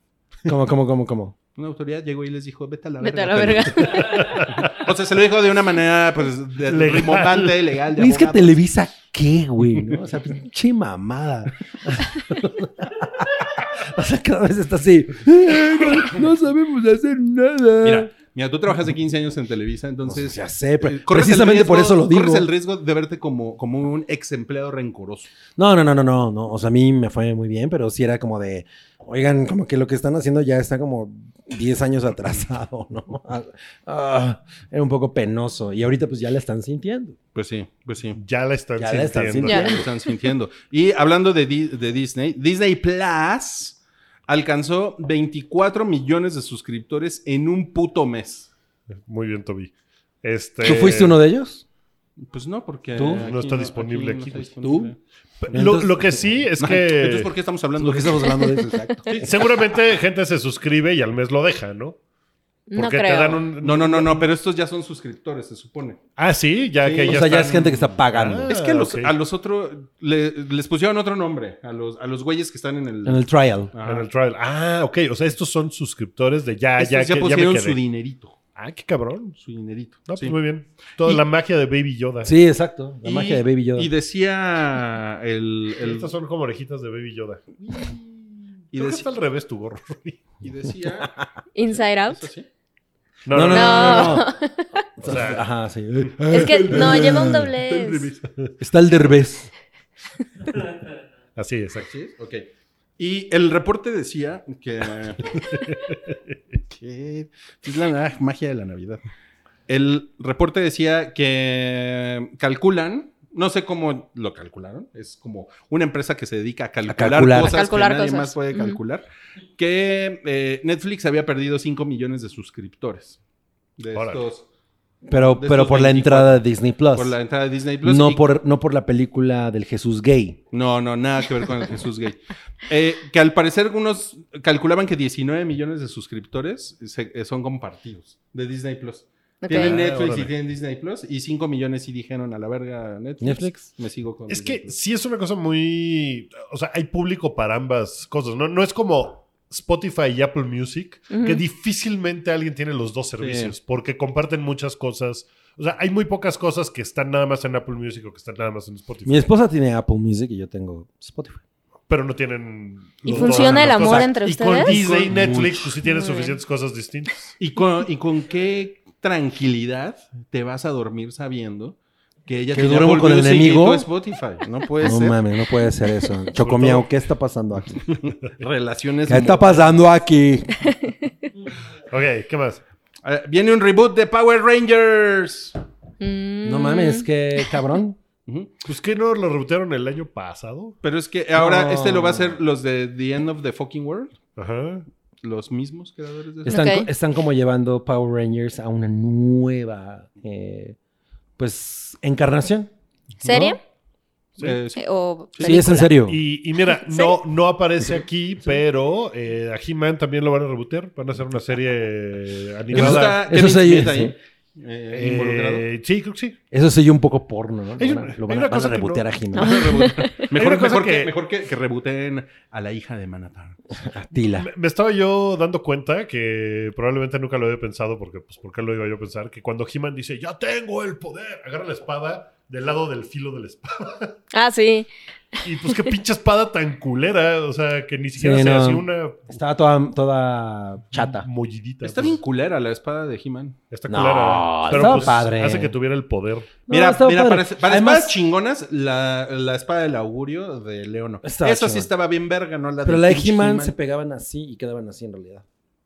Speaker 4: ¿cómo, cómo, cómo, cómo?
Speaker 3: Una autoridad llegó y les dijo, vete a la verga.
Speaker 5: Vete a la verga.
Speaker 3: O sea, se lo dijo de una manera, pues, de,
Speaker 2: Legal.
Speaker 3: remontante, legal. de
Speaker 4: Y es que
Speaker 3: abogado.
Speaker 4: Televisa, ¿qué, güey? ¿no? O sea, pinche mamada. o sea, cada vez está así, "Eh, no, no sabemos hacer nada.
Speaker 3: Mira, mira, tú trabajaste 15 años en Televisa, entonces...
Speaker 4: ya sé, pre-
Speaker 3: eh, corres el
Speaker 4: precisamente por
Speaker 3: riesgo-
Speaker 4: eso lo digo.
Speaker 3: Corres el riesgo de verte como, como un ex empleado rencoroso.
Speaker 4: No, no, no, no, no, no. O sea, a mí me fue muy bien, pero sí era como de, oigan, como que lo que están haciendo ya está como 10 años atrasado, ¿no? Ah, era un poco penoso. Y ahorita pues ya la están sintiendo.
Speaker 3: Pues sí, pues sí.
Speaker 2: Ya la están
Speaker 4: Ya la
Speaker 2: sintiendo.
Speaker 4: están
Speaker 5: Ya.
Speaker 3: Lo están sintiendo. Y hablando de, Di- de Disney, Disney Plus alcanzó 24 millones de suscriptores en un puto mes.
Speaker 2: Muy bien, Toby. Este,
Speaker 4: ¿Tú fuiste uno de ellos?
Speaker 3: Pues no, porque...
Speaker 4: ¿Tú?
Speaker 2: No está disponible aquí.
Speaker 3: ¿Tú?
Speaker 2: Lo, lo que sí es
Speaker 3: Entonces,
Speaker 2: que
Speaker 3: ¿por qué estamos hablando
Speaker 4: ¿Por
Speaker 3: de
Speaker 4: qué
Speaker 3: eso?
Speaker 4: estamos hablando de eso? Exacto.
Speaker 2: seguramente gente se suscribe y al mes lo deja, ¿no?
Speaker 5: No
Speaker 2: Porque
Speaker 5: creo.
Speaker 2: te dan un.
Speaker 3: No, no, no, no, pero estos ya son suscriptores, se supone.
Speaker 2: Ah, sí, ya
Speaker 3: Sí,
Speaker 2: que
Speaker 4: o
Speaker 2: ya
Speaker 4: sea, ya
Speaker 2: están-
Speaker 4: es gente que está pagando.
Speaker 2: Ah,
Speaker 3: Es que a los,
Speaker 2: ok.
Speaker 3: a los otros le- les pusieron otro nombre, a los, a los güeyes que están en
Speaker 2: Ah.
Speaker 3: el...
Speaker 4: En el trial.
Speaker 3: Ajá.
Speaker 2: En el trial. Ah, ok. O sea, estos son suscriptores de ya,
Speaker 3: Estos
Speaker 2: ya,
Speaker 3: ya,
Speaker 2: que, ya me
Speaker 3: pusieron
Speaker 2: quedé.
Speaker 3: su dinerito,
Speaker 2: Ah, qué cabrón.
Speaker 3: su dinerito.
Speaker 2: No, pues
Speaker 3: sí.
Speaker 2: muy bien. Toda
Speaker 3: Y-
Speaker 2: la magia de Baby Yoda.
Speaker 4: Sí, exacto. La
Speaker 3: Y-
Speaker 4: magia de Baby Yoda.
Speaker 3: Y decía el... el-
Speaker 2: Estas son como orejitas de Baby Yoda.
Speaker 3: y,
Speaker 2: Creo que
Speaker 3: deci-
Speaker 2: está al revés tu gorro.
Speaker 3: y decía...
Speaker 5: Inside Out.
Speaker 3: ¿Es así?
Speaker 4: No, no, no, no. no.
Speaker 2: O sea,
Speaker 4: Ajá, sí.
Speaker 5: Es que no, lleva un doble. S.
Speaker 4: Está el derbez.
Speaker 2: Así, exacto.
Speaker 3: ¿Sí? Ok. Y el reporte decía que... que es la na- magia de la Navidad. El reporte decía que calculan, no sé cómo lo calcularon, es como una empresa que se dedica a calcular,
Speaker 4: calcular.
Speaker 3: cosas
Speaker 5: A calcular
Speaker 3: que nadie
Speaker 5: cosas.
Speaker 3: más puede
Speaker 5: Ujú.
Speaker 3: calcular, que eh, Netflix había perdido 5 millones de suscriptores de
Speaker 2: Órale.
Speaker 3: estos,
Speaker 4: Pero,
Speaker 3: De
Speaker 4: pero
Speaker 3: estos
Speaker 4: por la
Speaker 3: 24.
Speaker 4: entrada de Disney Plus.
Speaker 3: por la entrada de Disney Plus.
Speaker 4: No
Speaker 3: y-
Speaker 4: por, no por la película del Jesús gay.
Speaker 3: No, no, nada que ver con el Jesús gay. Eh, que al parecer algunos calculaban que 19 millones de suscriptores se- eh, son compartidos de Disney Plus.
Speaker 5: Ok.
Speaker 3: Tienen
Speaker 2: Ah,
Speaker 3: Netflix
Speaker 2: órale.
Speaker 3: y tienen Disney Plus y 5 millones y dijeron a la verga Netflix.
Speaker 4: Netflix.
Speaker 3: Me sigo con
Speaker 2: Es
Speaker 3: Disney
Speaker 2: que
Speaker 3: Plus".
Speaker 2: sí es una cosa muy. O sea, hay público para ambas cosas, ¿no? No es como Spotify y Apple Music,
Speaker 5: Ujú.
Speaker 2: que difícilmente alguien tiene los dos servicios, porque comparten muchas cosas. O sea, hay muy pocas cosas que están nada más en Apple Music o que están nada más en Spotify.
Speaker 4: Mi esposa tiene Apple Music y yo tengo Spotify.
Speaker 2: pero no tienen.
Speaker 5: ¿Y
Speaker 2: los
Speaker 5: funciona
Speaker 2: dos.
Speaker 5: el amor
Speaker 2: O sea,
Speaker 5: entre
Speaker 2: y
Speaker 5: ustedes?
Speaker 2: con Disney y
Speaker 3: Con
Speaker 2: Netflix, pues sí tienen
Speaker 5: Muy bien.
Speaker 2: suficientes cosas distintas.
Speaker 3: ¿Y con, y con qué tranquilidad te vas a dormir sabiendo que ella
Speaker 4: Que
Speaker 3: tiene
Speaker 4: duermo
Speaker 3: Apple
Speaker 4: con el
Speaker 3: Music y
Speaker 4: enemigo?
Speaker 3: tú Spotify? No puede
Speaker 4: no
Speaker 3: ser.
Speaker 4: mames, no puede ser eso. Chocomiao, ¿qué está pasando aquí?
Speaker 3: Relaciones.
Speaker 4: ¿Qué está pasando aquí?
Speaker 2: Ok, ¿qué más?
Speaker 3: Eh, Viene un reboot de Power Rangers.
Speaker 5: Mm.
Speaker 4: No mames, qué cabrón.
Speaker 3: Ujú.
Speaker 2: Pues que no lo rebotearon el año pasado.
Speaker 3: Pero es que ahora
Speaker 4: No.
Speaker 3: este lo va a hacer los de The End of the Fucking World.
Speaker 2: Ajá.
Speaker 3: Los mismos creadores de eso.
Speaker 4: Están,
Speaker 5: Ok.
Speaker 4: están como llevando Power Rangers a una nueva, eh, pues, encarnación. ¿no?
Speaker 5: ¿Serie?
Speaker 3: Eh, sí.
Speaker 5: Eh, ¿O
Speaker 4: Sí, es en serio.
Speaker 2: Y, y mira, no, no aparece aquí, pero eh, a He-Man también lo van a rebotear. Van a hacer una serie
Speaker 3: ¿Qué no
Speaker 2: animada.
Speaker 3: está
Speaker 4: Eso
Speaker 3: Kevin
Speaker 4: sí,
Speaker 3: Smith
Speaker 4: sí.
Speaker 3: ahí? eh, involucrado.
Speaker 2: Eh, sí, creo que sí.
Speaker 4: Eso sí, un poco porno, ¿no?
Speaker 2: Hay
Speaker 4: Lo
Speaker 2: un-
Speaker 4: van a, lo
Speaker 2: hay
Speaker 4: van a-
Speaker 2: una
Speaker 4: van a
Speaker 2: cosa que
Speaker 4: rebotear
Speaker 2: no-
Speaker 4: a Jimena.
Speaker 2: Hay una
Speaker 3: Mejor,
Speaker 2: cosa
Speaker 3: mejor que,
Speaker 2: que-
Speaker 3: mejor que, que rebooten a la hija de Manhattan.
Speaker 4: Tila.
Speaker 2: Me- Me estaba yo dando cuenta que probablemente nunca lo había pensado, porque, pues, ¿por qué lo iba yo a pensar? Que cuando He-Man dice, ya tengo el poder, agarra la espada del lado del filo de la espada.
Speaker 5: Ah, sí.
Speaker 2: Y pues, qué pinche espada tan culera, o sea, que ni siquiera
Speaker 4: Sí,
Speaker 2: se
Speaker 4: no.
Speaker 2: hace una
Speaker 4: Estaba toda, toda chata.
Speaker 2: mollidita.
Speaker 3: Está
Speaker 2: pues.
Speaker 3: bien culera la espada de He-Man.
Speaker 2: Está
Speaker 4: No,
Speaker 2: culera. Pero
Speaker 4: estaba
Speaker 2: pues,
Speaker 4: padre.
Speaker 2: hace que tuviera el poder.
Speaker 3: Mira,
Speaker 4: No, estaba
Speaker 3: mira
Speaker 4: padre.
Speaker 3: para, para
Speaker 4: Además-
Speaker 3: espadas chingonas, la, la espada del augurio de Leono.
Speaker 4: Estaba
Speaker 3: Eso sí
Speaker 4: chingona.
Speaker 3: estaba bien verga, ¿no? La
Speaker 4: Pero
Speaker 3: del
Speaker 4: la de
Speaker 3: pinche
Speaker 4: He-Man se pegaban así y quedaban así en realidad.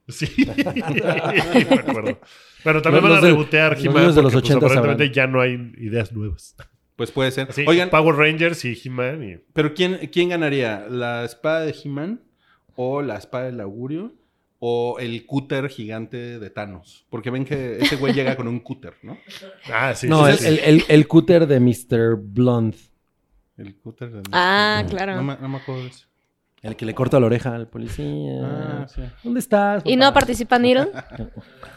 Speaker 2: Sí, me acuerdo. Pero también van
Speaker 4: Los-
Speaker 2: a
Speaker 4: los de-
Speaker 2: rebotear
Speaker 4: los
Speaker 2: He-Man
Speaker 4: niños de
Speaker 2: porque
Speaker 4: los
Speaker 2: pues,
Speaker 4: 80
Speaker 2: aparentemente
Speaker 4: sabrán.
Speaker 2: ya no hay ideas nuevas.
Speaker 3: Pues puede ser.
Speaker 2: Así,
Speaker 3: Oigan,
Speaker 2: Power Rangers y He-Man y...
Speaker 3: pero quién, ¿quién ganaría? ¿La espada de He-Man o la espada del augurio o el cúter gigante de Thanos? Porque ven que ese güey llega con un cúter, ¿no?
Speaker 2: Ah, sí.
Speaker 4: no,
Speaker 2: sí,
Speaker 4: el,
Speaker 2: sí.
Speaker 4: el, el, el cúter de Mr. Blonde.
Speaker 3: El cúter de
Speaker 5: Ah,
Speaker 3: No,
Speaker 5: claro.
Speaker 3: me- no me acuerdo de eso.
Speaker 4: El que le corta la oreja al policía.
Speaker 3: Ah, sí.
Speaker 4: ¿Dónde estás?
Speaker 5: ¿Y no
Speaker 4: papá?
Speaker 5: participa Needle?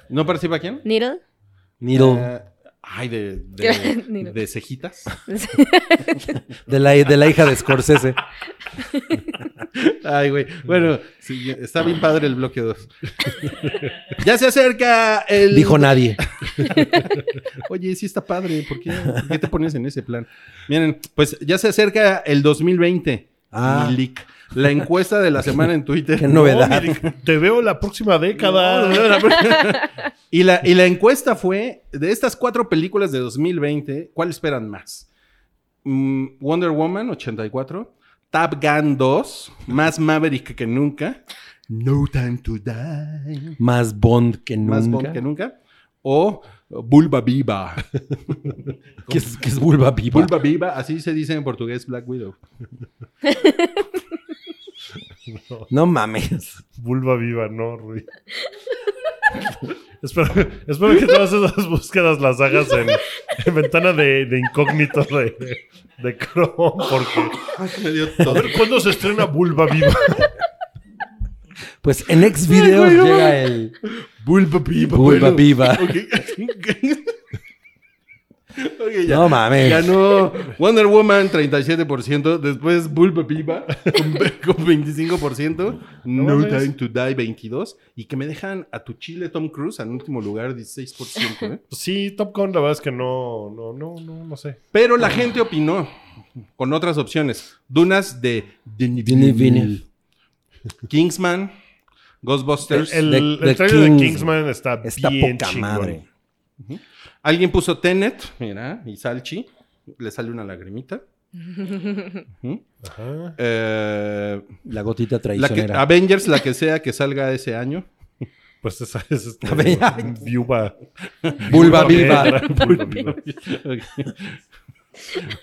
Speaker 3: ¿No participa quién?
Speaker 5: ¿Needle?
Speaker 4: Needle.
Speaker 3: Eh, ay, de, de,
Speaker 5: Needle.
Speaker 3: de cejitas.
Speaker 4: De la, de la hija de Scorsese.
Speaker 3: Ay, güey. Bueno, sí, está bien padre el bloque 2. ya se acerca el.
Speaker 4: Dijo nadie.
Speaker 3: Oye, sí está padre. ¿Por qué, por qué te pones en ese plan? Miren, pues ya se acerca el 2020.
Speaker 4: Ah.
Speaker 3: mi leak. La encuesta de la semana en Twitter.
Speaker 4: Qué novedad.
Speaker 2: No, mire, te veo la próxima década.
Speaker 3: y, la, y la encuesta fue: de estas cuatro películas de 2020, ¿cuál esperan más? Mm, Wonder Woman 84, Top Gun 2, más Maverick que nunca, No Time to Die,
Speaker 4: Más Bond que nunca.
Speaker 3: más Bond que nunca, o Bulba Viva.
Speaker 4: Que es, que es vulva viva.
Speaker 3: Bulba Viva, así se dice en portugués Black Widow.
Speaker 4: No mames.
Speaker 2: Vulva viva, no, Rui. espero, espero que todas esas búsquedas las hagas en, en ventana de, de incógnito de, de Chrome, porque. A ver, ¿cuándo se estrena Vulva viva?
Speaker 4: Pues en next video
Speaker 3: Ay, güey, no
Speaker 4: llega
Speaker 3: mames.
Speaker 4: el
Speaker 3: Bulba Viva.
Speaker 4: vulva
Speaker 3: bueno.
Speaker 4: viva.
Speaker 3: Ok. Ok, ya.
Speaker 4: No mames.
Speaker 3: Ganó Wonder Woman 37%, después Bulba Viva con, ve- con 25%, No,
Speaker 2: No mames.
Speaker 3: Time to Die 22% y que me dejan a tu chile Tom Cruise en último lugar 16%. ¿eh?
Speaker 2: Sí, Top Gun, la verdad es que no, no, no, no, no sé.
Speaker 3: Pero la gente opinó con otras opciones. Dunas de Denis
Speaker 4: Denis
Speaker 3: Villeneuve, Kingsman, Ghostbusters.
Speaker 2: El,
Speaker 4: The-
Speaker 2: el
Speaker 4: The
Speaker 2: trailer
Speaker 4: Kingsman.
Speaker 2: de Kingsman está,
Speaker 4: Está
Speaker 2: bien
Speaker 4: poca
Speaker 2: chingón.
Speaker 4: madre.
Speaker 3: Alguien puso Tenet, mira, y Salchi. Le sale una lagrimita. Ujú.
Speaker 2: Ajá.
Speaker 3: Eh,
Speaker 4: La gotita
Speaker 3: la que- ah,
Speaker 4: traicionera.
Speaker 3: Avengers, la que sea que salga ese año.
Speaker 2: Pues esa es este,
Speaker 4: A ver, ay.
Speaker 2: Viuba.
Speaker 4: Vulva viva.
Speaker 2: Vulva viva.
Speaker 3: Ok.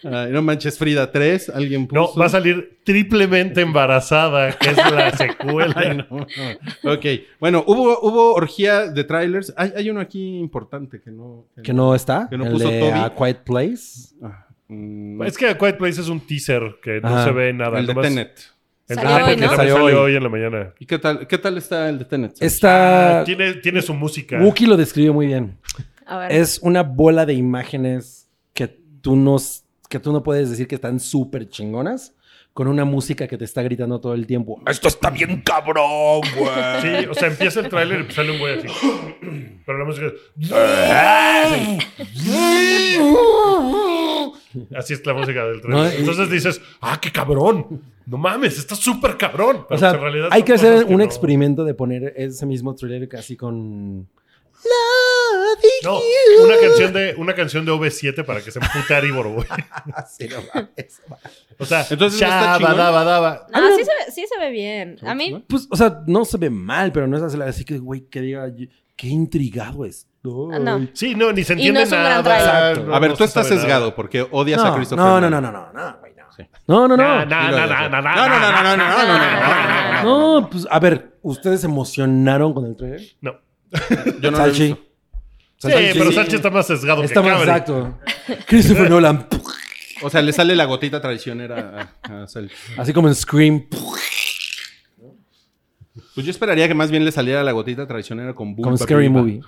Speaker 3: Ay, no manches, Frida 3. Alguien
Speaker 2: No,
Speaker 3: puso.
Speaker 2: va a salir triplemente embarazada, que es la secuela.
Speaker 3: Ay, no, no. Ok, bueno, hubo, hubo orgía de trailers. Hay, hay uno aquí importante que no.
Speaker 4: Que no está.
Speaker 3: Que no
Speaker 4: el
Speaker 3: puso
Speaker 4: de
Speaker 3: Toby.
Speaker 4: A Quiet Place.
Speaker 3: Ah, mm,
Speaker 2: Es que A Quiet Place es un teaser que no
Speaker 4: Ajá.
Speaker 2: se ve nada.
Speaker 3: el de
Speaker 2: nomás-
Speaker 3: Tenet.
Speaker 2: El
Speaker 5: Salió
Speaker 2: de
Speaker 5: hoy,
Speaker 2: Tenet
Speaker 5: ¿no?
Speaker 2: que salió,
Speaker 4: Salió
Speaker 2: hoy.
Speaker 4: hoy
Speaker 2: en la mañana.
Speaker 3: ¿Y qué tal, qué tal está el de Tenet?
Speaker 4: Esta.
Speaker 2: Ah, tiene, tiene su música.
Speaker 4: Wookie lo describió muy bien.
Speaker 5: A ver.
Speaker 4: Es una bola de imágenes que tú no, que tú no puedes decir que están súper chingonas, con una música que te está gritando todo el tiempo.
Speaker 6: Esto está bien cabrón, güey.
Speaker 2: Sí, o sea, empieza el tráiler y pues sale un güey así. Pero la música es- Así es la música del tráiler.
Speaker 4: No, y-
Speaker 2: Entonces dices, ah, qué cabrón. No mames, está súper cabrón. Pero,
Speaker 4: O sea,
Speaker 2: pues, en realidad
Speaker 4: hay
Speaker 2: son
Speaker 4: que
Speaker 2: cosas
Speaker 4: hacer un
Speaker 2: no-
Speaker 4: experimento de poner ese mismo thriller casi con...
Speaker 2: No, una canción de, una canción de OV7 para que se empute Ari Boroboy.
Speaker 4: ah,
Speaker 2: O sea,
Speaker 3: Entonces, ¿no está
Speaker 2: chaba,
Speaker 3: chingón?
Speaker 2: daba, daba.
Speaker 5: No, sí, se ve, sí se ve bien. A mí,
Speaker 4: Pues, o sea, no se ve mal, pero no es así, así que, güey, que diga, "Ay, qué intrigado es.
Speaker 5: no.
Speaker 2: Sí, no, ni se entiende
Speaker 5: no es un gran
Speaker 2: nada.
Speaker 5: tráiler.
Speaker 4: Exacto.
Speaker 2: no-
Speaker 3: a ver,
Speaker 2: no
Speaker 3: tú
Speaker 2: se
Speaker 3: estás
Speaker 2: sabe nada.
Speaker 3: sesgado porque odias a
Speaker 4: No,
Speaker 3: Christopher
Speaker 4: no, no,
Speaker 3: Nolan.
Speaker 4: no, no, no, no, güey, no. No, no,
Speaker 2: Nah, nah,
Speaker 4: no.
Speaker 3: Dilo,
Speaker 2: nah,
Speaker 3: dilo.
Speaker 2: nah, nah,
Speaker 3: No, no,
Speaker 2: nah,
Speaker 3: no, no, no, no,
Speaker 2: Ah,
Speaker 3: no, no, no, no, no.
Speaker 4: No, pues, a ver, ¿ustedes se emocionaron con el trailer?
Speaker 2: No.
Speaker 3: Yo no lo he
Speaker 4: Salchi.
Speaker 3: visto.
Speaker 2: Sí,
Speaker 4: Salchi,
Speaker 2: pero
Speaker 4: sí.
Speaker 2: Sánchez está más sesgado
Speaker 4: Está
Speaker 2: que
Speaker 4: más
Speaker 2: Cabri.
Speaker 4: exacto. Christopher Nolan.
Speaker 3: O sea, le sale la gotita traicionera a, a Salchi.
Speaker 4: Así como en Scream.
Speaker 3: Pues yo esperaría que más bien le saliera la gotita traicionera con Boom.
Speaker 4: Como en
Speaker 3: Papi,
Speaker 4: Scary
Speaker 3: Viva.
Speaker 4: Movie.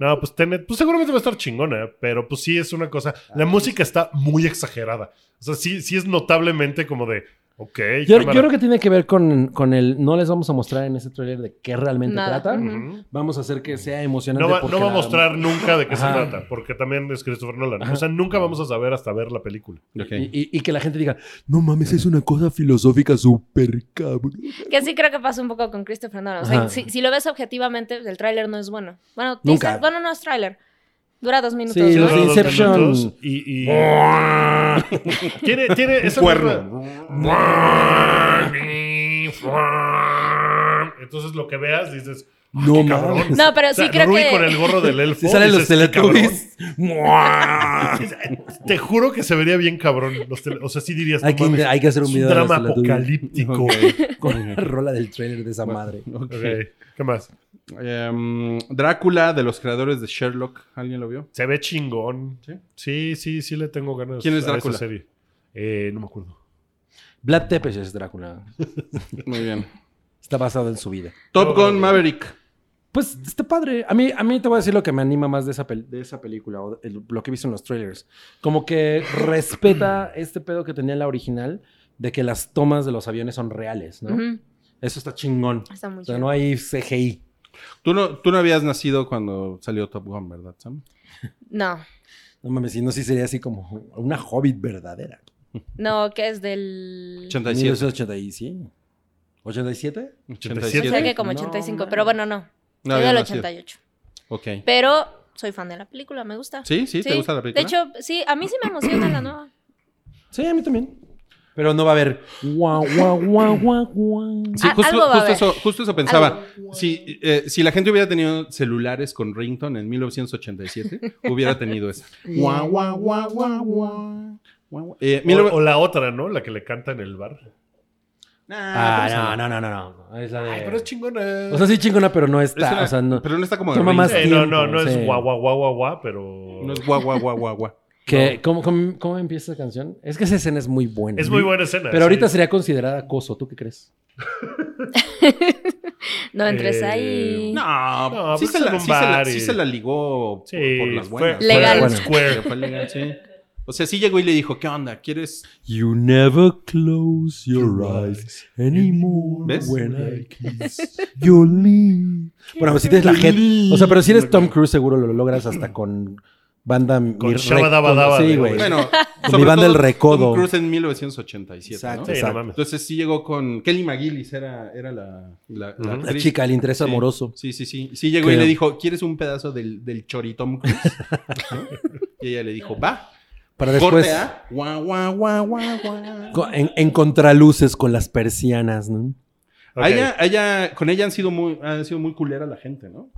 Speaker 2: No, pues Tenet, pues seguramente va a estar chingona, pero pues sí es una cosa. La música está muy exagerada. O sea, sí, sí es notablemente como de, ok,
Speaker 4: Yo, yo
Speaker 2: cámara.
Speaker 4: creo que tiene que ver con, con el. No les vamos a mostrar en ese trailer de qué realmente
Speaker 5: Nada.
Speaker 4: trata.
Speaker 5: Ujú.
Speaker 2: Ujú.
Speaker 4: Vamos a hacer que sea
Speaker 2: No,
Speaker 4: emocionante.
Speaker 2: va,
Speaker 4: porque
Speaker 2: no va a
Speaker 4: la-
Speaker 2: mostrar nunca de qué se
Speaker 4: Ajá.
Speaker 2: trata, porque también es Christopher Nolan. O sea, nunca vamos a saber hasta ver la película.
Speaker 3: Ok.
Speaker 4: Y, y- y que la gente diga, no mames, es una cosa filosófica súper cabrón.
Speaker 5: que sí creo que pasó un poco con Christopher Nolan. O sea,
Speaker 4: Ajá.
Speaker 5: si, si lo ves objetivamente, pues, el tráiler no es bueno. Bueno,
Speaker 4: Nunca.
Speaker 5: dices, bueno, no es tráiler. Dura dos minutos.
Speaker 4: Sí,
Speaker 5: ¿no?
Speaker 4: los
Speaker 2: Dura dos
Speaker 4: Inception.
Speaker 2: minutos Y, y- tiene, tiene esa
Speaker 3: Cuerno.
Speaker 2: misma- Entonces lo que veas dices, "Ah,
Speaker 4: No
Speaker 2: qué cabrón".
Speaker 4: mames.
Speaker 5: No, pero
Speaker 2: O sea,
Speaker 5: sí creo
Speaker 2: Rui
Speaker 5: que...
Speaker 2: con el gorro del elfo.
Speaker 4: Si salen los
Speaker 2: dices, "Qué cabrón".
Speaker 4: Teletubbies.
Speaker 2: Te juro que se vería bien cabrón. los tele- o sea, sí dirías.
Speaker 4: Hay
Speaker 2: "No
Speaker 4: que,
Speaker 2: mames,
Speaker 4: hay que hacer un
Speaker 2: es
Speaker 4: video de los
Speaker 2: drama
Speaker 4: Teletubbies.
Speaker 2: apocalíptico.
Speaker 4: con la rola del trailer de esa madre.
Speaker 3: Ok.
Speaker 2: Ok, ¿Qué más?
Speaker 3: Em, Drácula, de los creadores de Sherlock. ¿Alguien lo vio?
Speaker 2: Se ve chingón.
Speaker 3: ¿Sí?
Speaker 2: Sí, sí, sí le tengo ganas.
Speaker 3: ¿Quién es
Speaker 2: a esa
Speaker 3: Drácula?
Speaker 2: serie. Eh, no me acuerdo.
Speaker 4: Vlad Tepes es Drácula.
Speaker 3: Muy bien.
Speaker 4: Está basado en su vida.
Speaker 3: Top Gun Maverick.
Speaker 4: Pues está padre. A mí, a mí te voy a decir lo que me anima más de esa, pel- de esa película o el- lo que he visto en los trailers. Como que respeta este pedo que tenía la original de que las tomas de los aviones son reales, ¿no?
Speaker 5: Ujú.
Speaker 4: Eso está chingón.
Speaker 5: Está muy
Speaker 4: O sea,
Speaker 5: chido.
Speaker 4: no hay CGI.
Speaker 3: Tú no, tú no habías nacido cuando salió Top Gun, ¿verdad, Sam?
Speaker 5: No,
Speaker 4: No mames, si no, sí sería así como una hobbit verdadera.
Speaker 5: no, que es del...
Speaker 3: 87.
Speaker 4: 1987. ¿87?
Speaker 2: 87.
Speaker 5: O sea que como
Speaker 4: No,
Speaker 5: 85,
Speaker 4: man.
Speaker 5: pero bueno, no.
Speaker 3: No
Speaker 5: Soy
Speaker 3: había
Speaker 5: del
Speaker 3: nacido.
Speaker 5: 88.
Speaker 3: Ok.
Speaker 5: Pero soy fan de la película, me gusta.
Speaker 3: ¿Sí? ¿Sí? ¿Te gusta la película?
Speaker 5: De hecho, sí, a mí sí me emociona la nueva.
Speaker 4: Sí, a mí también. Pero no va a haber. guau, guau, guau, guau, guau.
Speaker 3: Sí,
Speaker 5: Ah,
Speaker 3: justo,
Speaker 5: algo va a
Speaker 3: justo
Speaker 5: haber.
Speaker 3: eso, justo eso pensaba. Si, eh, si la gente hubiera tenido celulares con ringtone en 1987, hubiera tenido esa. Guau, guau, guau, guau, guau. Guau, guau. Eh,
Speaker 2: O,
Speaker 3: mil-
Speaker 2: o la otra, ¿no? La que le canta en el bar.
Speaker 3: Nah, pero
Speaker 4: Ah,
Speaker 3: esa no.
Speaker 4: no, no, no, no, no. Es la de.
Speaker 2: Ay, pero es chingona.
Speaker 4: O sea, sí chingona, pero no
Speaker 3: Es
Speaker 4: está.
Speaker 3: una-
Speaker 4: o sea, no.
Speaker 3: Pero no está como de
Speaker 4: Toma más-
Speaker 2: Eh,
Speaker 3: ringtone.
Speaker 2: no, no, no
Speaker 4: tiempo,
Speaker 2: es
Speaker 4: sí.
Speaker 2: guau, guau, guau, guau, guau, pero.
Speaker 3: No es guau, guau, guau, guau, guau.
Speaker 4: Que, ¿cómo, cómo, cómo empieza esa canción? Es que esa escena es muy buena.
Speaker 2: Es muy buena escena.
Speaker 4: Pero ahorita
Speaker 2: sí.
Speaker 4: sería considerada acoso. ¿Tú qué crees?
Speaker 5: No entres
Speaker 2: Eh,
Speaker 5: ahí.
Speaker 3: No,
Speaker 2: No,
Speaker 3: sí,
Speaker 2: pues
Speaker 3: se
Speaker 2: en
Speaker 3: la,
Speaker 2: un
Speaker 3: sí, se la,
Speaker 2: bar
Speaker 3: sí
Speaker 2: y-
Speaker 3: se la ligó por,
Speaker 2: Sí,
Speaker 3: por las
Speaker 2: fue-
Speaker 3: buenas.
Speaker 2: fue
Speaker 5: Legal.
Speaker 2: Bueno.
Speaker 3: Pero
Speaker 2: Square.
Speaker 3: fue legal, sí. O sea, sí llegó y le dijo, ¿qué onda? ¿Quieres?
Speaker 4: You never close your eyes anymore.
Speaker 3: ¿Ves?
Speaker 4: When I kiss your lips. Bueno, pues si tienes la gente. O sea, pero si eres Tom Cruise, seguro lo logras hasta con banda. mi rec-
Speaker 2: Shabba Dabba
Speaker 4: con-
Speaker 2: Dabba
Speaker 4: Sí,
Speaker 2: de-
Speaker 4: güey.
Speaker 3: Bueno,
Speaker 4: Mi
Speaker 3: sobre
Speaker 4: banda
Speaker 3: todo,
Speaker 4: El Recodo.
Speaker 3: Tom Cruise en 1987,
Speaker 4: Exacto,
Speaker 3: ¿no?
Speaker 2: Sí, no
Speaker 4: exacto.
Speaker 2: mames.
Speaker 3: Entonces sí llegó con Kelly McGillis era, era la, la, la
Speaker 2: Ujú.
Speaker 4: La
Speaker 3: actriz.
Speaker 4: chica, el interés
Speaker 3: Sí.
Speaker 4: amoroso.
Speaker 3: Sí, sí, sí. Sí llegó y
Speaker 4: Que-
Speaker 3: le dijo, ¿quieres un pedazo del, del choritom Cruise? ¿No? Y ella le dijo, va.
Speaker 4: Para
Speaker 3: Después,
Speaker 4: después.
Speaker 3: corte ¿ah? a, guau, guau, guau, guau, guau.
Speaker 4: co- En, en contraluces con las persianas, ¿no?
Speaker 2: Ok.
Speaker 3: A ella- a ella- con ella han sido muy, han sido muy culera la gente, ¿no?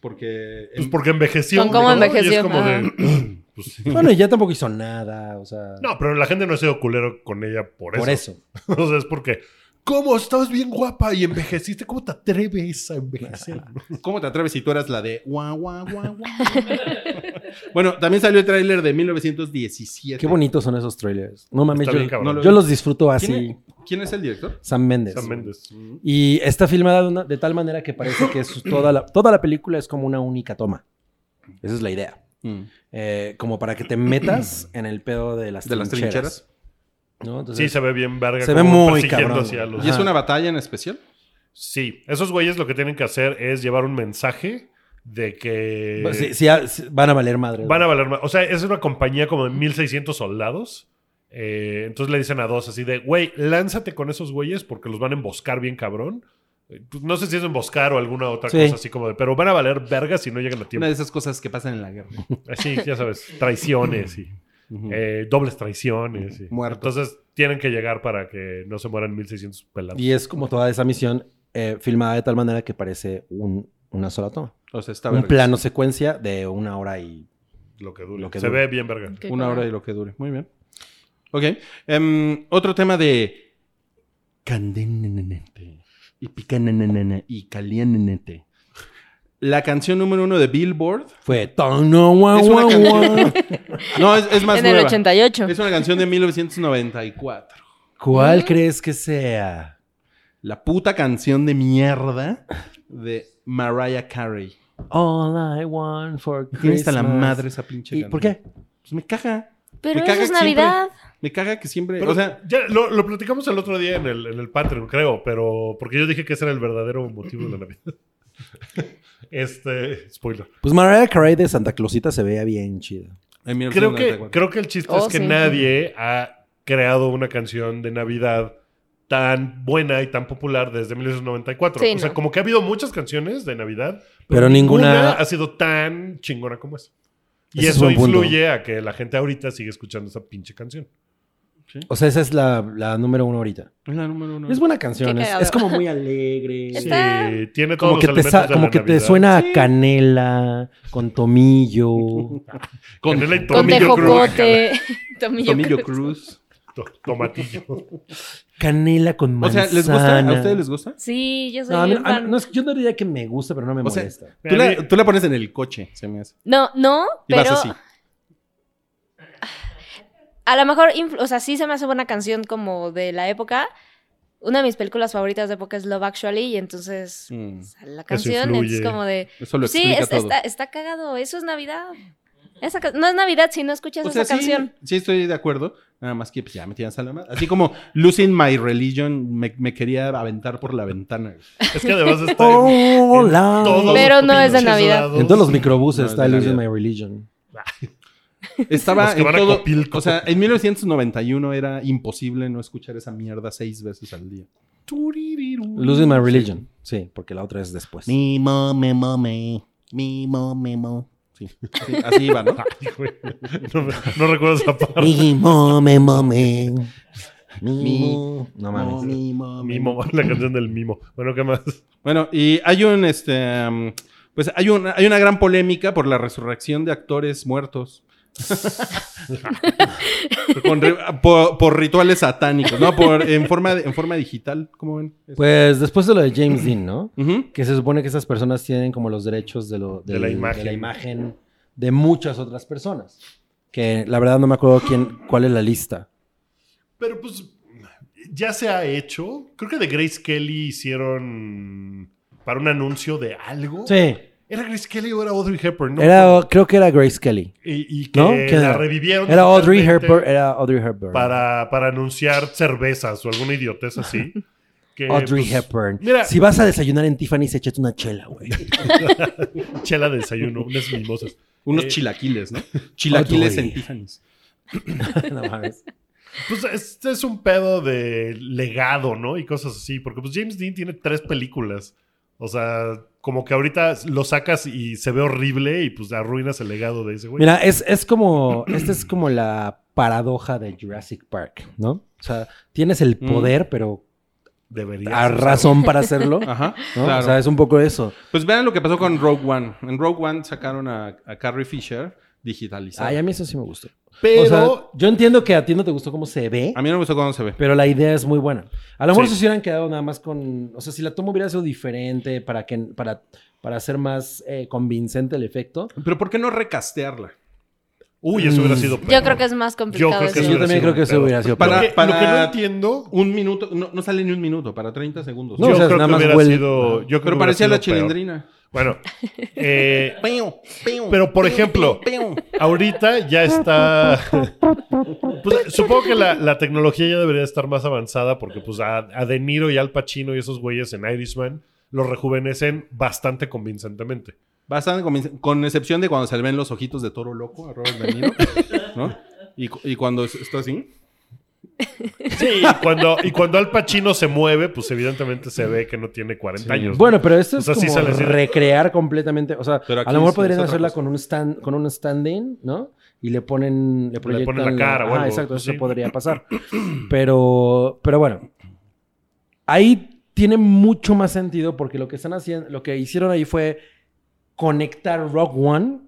Speaker 3: Porque em,
Speaker 2: Pues
Speaker 3: en-
Speaker 2: porque envejeció.
Speaker 5: Con cómo
Speaker 2: ¿no?
Speaker 5: envejeció, Ah.
Speaker 2: Y es como
Speaker 5: ajá.
Speaker 2: de. pues, sí.
Speaker 4: Bueno, y ya tampoco hizo nada, o sea.
Speaker 2: No, pero la gente no ha sido culero con ella por eso.
Speaker 4: por eso.
Speaker 2: O sea, es porque. ¿Cómo? Estabas bien guapa y envejeciste. ¿Cómo te atreves a envejecer?
Speaker 4: Ah,
Speaker 3: ¿Cómo te atreves si tú eras la de guau, guau, guau, guau? bueno, también salió el tráiler de 1917.
Speaker 4: Qué bonitos son esos trailers. No mames,
Speaker 2: Está
Speaker 4: yo,
Speaker 2: bien, cabrón.
Speaker 3: no lo-
Speaker 4: yo los disfruto así.
Speaker 3: ¿Quién, es- quién es el director?
Speaker 4: Sam Méndez.
Speaker 2: Sam Méndez.
Speaker 4: Y está filmada de, una- de tal manera que parece que es toda, la, toda la película es como una única toma. Esa es la
Speaker 2: Mm.
Speaker 4: idea. Eh, como para que te metas en el pedo de las
Speaker 3: De las
Speaker 4: trincheras.
Speaker 3: trincheras.
Speaker 4: ¿no?
Speaker 2: Sí,
Speaker 4: Entonces,
Speaker 2: se ve bien verga.
Speaker 4: Se ve
Speaker 2: como
Speaker 4: muy
Speaker 2: persiguiendo
Speaker 4: cabrón,
Speaker 2: hacia
Speaker 4: güey.
Speaker 2: los-
Speaker 3: ¿Y es
Speaker 4: Ajá.
Speaker 3: una batalla en especial?
Speaker 2: Sí, esos güeyes lo que tienen que hacer es llevar un mensaje de que
Speaker 4: va- sí- sí, ah, sí, van a valer madre.
Speaker 2: van a
Speaker 4: güey.
Speaker 2: valer más. O sea, es una compañía como de 1600 soldados. Eh, entonces le dicen a dos así de, güey, lánzate con esos güeyes porque los van a emboscar bien cabrón. Eh, pues, No sé si es emboscar o alguna otra
Speaker 4: Sí.
Speaker 2: cosa así como de, pero van a valer verga si no llegan a
Speaker 3: Una
Speaker 2: tiempo.
Speaker 3: de esas cosas que pasan en la guerra.
Speaker 2: Así, ya sabes, traiciones y
Speaker 4: Mm.
Speaker 3: Ujú.
Speaker 2: eh, dobles traiciones. y-
Speaker 3: Muertos.
Speaker 2: Entonces tienen que llegar para que no se mueran 1600 pelados.
Speaker 4: Y es como toda esa misión eh, filmada de tal manera que parece un- una sola toma.
Speaker 3: O sea, está
Speaker 4: un
Speaker 3: verga.
Speaker 4: plano secuencia de una hora y...
Speaker 2: Lo que dure.
Speaker 4: Lo que
Speaker 2: se
Speaker 4: dure.
Speaker 2: ve bien verga.
Speaker 5: Qué
Speaker 3: Una
Speaker 5: cabrón.
Speaker 3: hora y lo que dure. Muy bien. Ok. Em, otro tema de candenenenete y picanenenene y calienenete. La canción número uno de Billboard.
Speaker 4: Fue... Ton, no, guau,
Speaker 3: Es una
Speaker 4: guau, guau.
Speaker 3: canción. No, es, es más
Speaker 5: En el
Speaker 3: nueva.
Speaker 5: 88.
Speaker 3: Es una canción de 1994.
Speaker 4: ¿Cuál crees que sea?
Speaker 3: La puta canción de mierda de Mariah Carey.
Speaker 4: All I want for
Speaker 3: Me Tiene hasta la
Speaker 4: Christmas.
Speaker 3: madre esa pinche
Speaker 4: ¿Y
Speaker 3: canción.
Speaker 4: por qué?
Speaker 3: Pues me caga.
Speaker 5: Pero
Speaker 3: Me
Speaker 5: eso
Speaker 3: caga
Speaker 5: es
Speaker 3: que siempre-
Speaker 5: Navidad.
Speaker 3: Me caga que siempre.
Speaker 2: Pero,
Speaker 3: o sea,
Speaker 2: ya lo, lo platicamos el otro día en el, en el Patreon, creo, pero porque yo dije que ese era el verdadero motivo de la Navidad. este, spoiler.
Speaker 4: Pues Mariah Carey de Santa Clausita se veía bien chida.
Speaker 3: en
Speaker 2: Creo que,
Speaker 3: 1994.
Speaker 2: creo que el chiste
Speaker 5: Oh,
Speaker 2: es que
Speaker 5: sí.
Speaker 2: nadie ha creado una canción de Navidad tan buena y tan popular desde 1994.
Speaker 5: Sí,
Speaker 2: o sea,
Speaker 5: no.
Speaker 2: como que ha habido muchas canciones de Navidad,
Speaker 4: Pero ninguna...
Speaker 2: ha sido tan chingona como esa. Y
Speaker 4: Ese es
Speaker 2: eso
Speaker 4: buen punto.
Speaker 2: influye a que la gente ahorita sigue escuchando esa pinche canción.
Speaker 4: O sea, esa es la, la número uno ahorita.
Speaker 3: Es la número uno.
Speaker 4: Es buena canción,
Speaker 5: Mm. Qué
Speaker 4: es,
Speaker 5: cagado.
Speaker 4: es como muy alegre.
Speaker 5: Sí.
Speaker 2: Sí,
Speaker 5: Está-
Speaker 2: tiene todos los
Speaker 4: Como que, te,
Speaker 2: elementos
Speaker 4: sa-
Speaker 2: de
Speaker 4: como
Speaker 2: la
Speaker 4: que te
Speaker 2: Navidad.
Speaker 4: suena a canela, con tomillo.
Speaker 3: Con,
Speaker 2: Canela y
Speaker 5: Con
Speaker 2: Tomillo Cruz.
Speaker 5: tejocote. Tomillo,
Speaker 3: Tomillo
Speaker 5: Cruz.
Speaker 3: Cruz.
Speaker 2: To- Tomatillo.
Speaker 4: Canela con
Speaker 3: O
Speaker 4: manzana.
Speaker 3: sea, ¿les gusta? ¿A ustedes les gusta?
Speaker 5: Sí, yo soy
Speaker 4: No, a mí-
Speaker 5: bien
Speaker 4: a-
Speaker 5: fan.
Speaker 4: no, es- yo no diría que me gusta, pero no me
Speaker 3: O sea,
Speaker 4: molesta.
Speaker 3: Tú la, tú la pones en el coche, se me hace.
Speaker 5: No, no,
Speaker 3: Y
Speaker 5: pero
Speaker 3: vas así.
Speaker 5: a lo mejor, influ- o sea, sí se me hace buena canción como de la época. Una de mis películas favoritas de época es Love Actually y entonces
Speaker 3: Mm.
Speaker 5: o sea, la canción es
Speaker 2: influye.
Speaker 5: como de...
Speaker 3: Eso lo
Speaker 5: Sí,
Speaker 3: explica
Speaker 5: es-
Speaker 3: todo.
Speaker 5: está, está cagado, eso es Navidad. Esa ca- no es Navidad si no escuchas
Speaker 3: O sea,
Speaker 5: esa
Speaker 3: sí,
Speaker 5: canción.
Speaker 3: sí estoy de acuerdo. Nada más que pues, ya me tiras a la madre. Así como Losing My Religion me, me quería aventar por la ventana.
Speaker 2: Es que además está en-
Speaker 4: Oh, Hola.
Speaker 2: en todos los
Speaker 5: Pero no es de
Speaker 2: pinches
Speaker 5: Navidad.
Speaker 2: lados.
Speaker 4: En todos los microbuses
Speaker 3: No, es
Speaker 4: está
Speaker 3: de
Speaker 4: Losing My
Speaker 3: Navidad.
Speaker 4: Religion.
Speaker 3: Estaba
Speaker 2: Los que
Speaker 3: en
Speaker 2: van a
Speaker 3: todo.
Speaker 2: Copilco.
Speaker 3: O sea, en 1991 era imposible no escuchar esa mierda seis veces al día.
Speaker 4: Losing My Religion. Sí, porque la otra es después.
Speaker 3: Mi mo, me mo, me. Mi mo, me mo. Sí, sí, así iba, ¿no?
Speaker 2: Ay, güey. No, me- no recuerdo esa parte.
Speaker 4: Mi mome,
Speaker 6: Eh,
Speaker 4: mome. Mi
Speaker 3: Mi-
Speaker 4: mo- No
Speaker 3: Mo,
Speaker 4: mames.
Speaker 3: mi mo, me
Speaker 2: Mimo,
Speaker 3: mo.
Speaker 2: la canción del mimo. Bueno, ¿qué más?
Speaker 3: Bueno, y hay un este um, pues hay una, hay una gran polémica por la resurrección de actores muertos. Con ri- por, por rituales satánicos, ¿no? Por, en, forma de- en forma digital, ¿cómo ven? Este,
Speaker 4: Pues después de lo de James Dean, ¿no?
Speaker 3: Ujú.
Speaker 4: Que se supone que esas personas tienen como los derechos de, lo,
Speaker 2: De
Speaker 4: del-
Speaker 2: la imagen.
Speaker 4: de la imagen de muchas otras personas. Que la verdad no me acuerdo quién, cuál es la lista.
Speaker 2: Pero pues ya se ha hecho. Creo que de Grace Kelly hicieron para un anuncio de algo.
Speaker 4: Sí.
Speaker 2: ¿Era Grace Kelly o era Audrey Hepburn? No
Speaker 4: Era, creo que era Grace Kelly.
Speaker 2: Y, y que
Speaker 4: ¿No? ¿Quién
Speaker 2: la
Speaker 4: era?
Speaker 2: revivieron.
Speaker 4: Era Audrey
Speaker 2: totalmente
Speaker 4: Hepburn. Era Audrey Hepburn.
Speaker 2: Para, para anunciar cervezas o alguna idiotez así. Que,
Speaker 4: Audrey
Speaker 2: pues,
Speaker 4: Hepburn.
Speaker 2: mira.
Speaker 4: si vas a desayunar en Tiffany's, échate una chela, güey.
Speaker 2: Chela de desayuno, unas mimosas.
Speaker 3: Unos
Speaker 2: Eh,
Speaker 3: chilaquiles, ¿no? Chilaquiles en
Speaker 4: Audrey.
Speaker 3: Tiffany's.
Speaker 4: no mames.
Speaker 2: Pues este es un pedo de legado, ¿no? Y cosas así, porque pues James Dean tiene tres películas. O sea, como que ahorita lo sacas y se ve horrible y pues arruinas el legado de ese güey.
Speaker 4: Mira, es, es como. Esta es como la paradoja de Jurassic Park, ¿no? O sea, tienes el
Speaker 3: Mm.
Speaker 4: poder, pero
Speaker 2: Deberías.
Speaker 4: a
Speaker 2: usarlo.
Speaker 4: razón para hacerlo. ¿no?
Speaker 3: Ajá. claro.
Speaker 4: O sea, es un poco eso.
Speaker 3: pues vean lo que pasó con Rogue One. En Rogue One sacaron a, a Carrie Fisher digitalizada.
Speaker 4: Ay, a mí eso sí me gustó.
Speaker 2: Pero
Speaker 4: O sea, yo entiendo que a ti no te gustó cómo se ve.
Speaker 3: A mí no me gustó cómo se ve.
Speaker 4: Pero la idea es muy buena. A lo mejor
Speaker 2: Sí.
Speaker 4: se hubieran quedado nada más con. O sea, si la toma hubiera sido diferente para que para, para hacer más eh, convincente el efecto.
Speaker 3: Pero ¿por qué no recastearla?
Speaker 2: uy, eso hubiera sido
Speaker 5: Yo creo que es más complicado.
Speaker 2: creo que
Speaker 5: eso.
Speaker 4: Sí,
Speaker 2: eso
Speaker 4: yo
Speaker 2: hubiera
Speaker 4: también
Speaker 2: sido
Speaker 4: creo que
Speaker 2: un
Speaker 4: eso
Speaker 2: pedo.
Speaker 4: hubiera sido.
Speaker 3: Para-
Speaker 4: peor.
Speaker 2: Porque lo que no entiendo.
Speaker 3: Un minuto, no, no sale ni un minuto, para 30 segundos.
Speaker 4: No,
Speaker 2: yo
Speaker 4: o sea,
Speaker 2: creo
Speaker 4: nada
Speaker 2: que
Speaker 4: más
Speaker 2: hubiera
Speaker 4: huele-
Speaker 2: sido.
Speaker 4: Ajá.
Speaker 2: Yo creo que
Speaker 3: pero
Speaker 2: hubiera
Speaker 3: parecía
Speaker 2: sido
Speaker 3: la
Speaker 2: peor.
Speaker 3: chilindrina.
Speaker 2: Bueno, eh, pero por ejemplo, ahorita ya está. Pues, supongo que la, la tecnología ya debería estar más avanzada porque, pues, a, a De Niro y Al Pacino y esos güeyes en Irishman los rejuvenecen bastante convincentemente.
Speaker 3: Bastante con, con excepción de cuando se le ven los ojitos de toro loco a Robert De Niro, ¿no? Y, cu- y cuando es- está así.
Speaker 2: Sí, y cuando, y cuando Al Pacino se mueve, pues evidentemente se ve que no tiene 40 años. ¿no?
Speaker 4: Bueno, pero esto
Speaker 2: O
Speaker 4: es
Speaker 2: sea, sí
Speaker 4: como
Speaker 2: sale así de-
Speaker 4: recrear completamente. O sea,
Speaker 3: Pero
Speaker 4: a
Speaker 3: aquí
Speaker 4: lo
Speaker 3: es-
Speaker 4: mejor
Speaker 3: es
Speaker 4: podrían
Speaker 3: otra
Speaker 4: hacerla
Speaker 3: cosa.
Speaker 4: con un stand, con un stand-in, ¿no? Y le ponen, le proyectan
Speaker 2: ponen la cara o
Speaker 4: Ah,
Speaker 2: algo,
Speaker 4: exacto, eso
Speaker 2: sí.
Speaker 4: podría pasar. Pero, pero bueno, ahí tiene mucho más sentido porque lo que están haciendo, lo que hicieron ahí fue conectar Rock One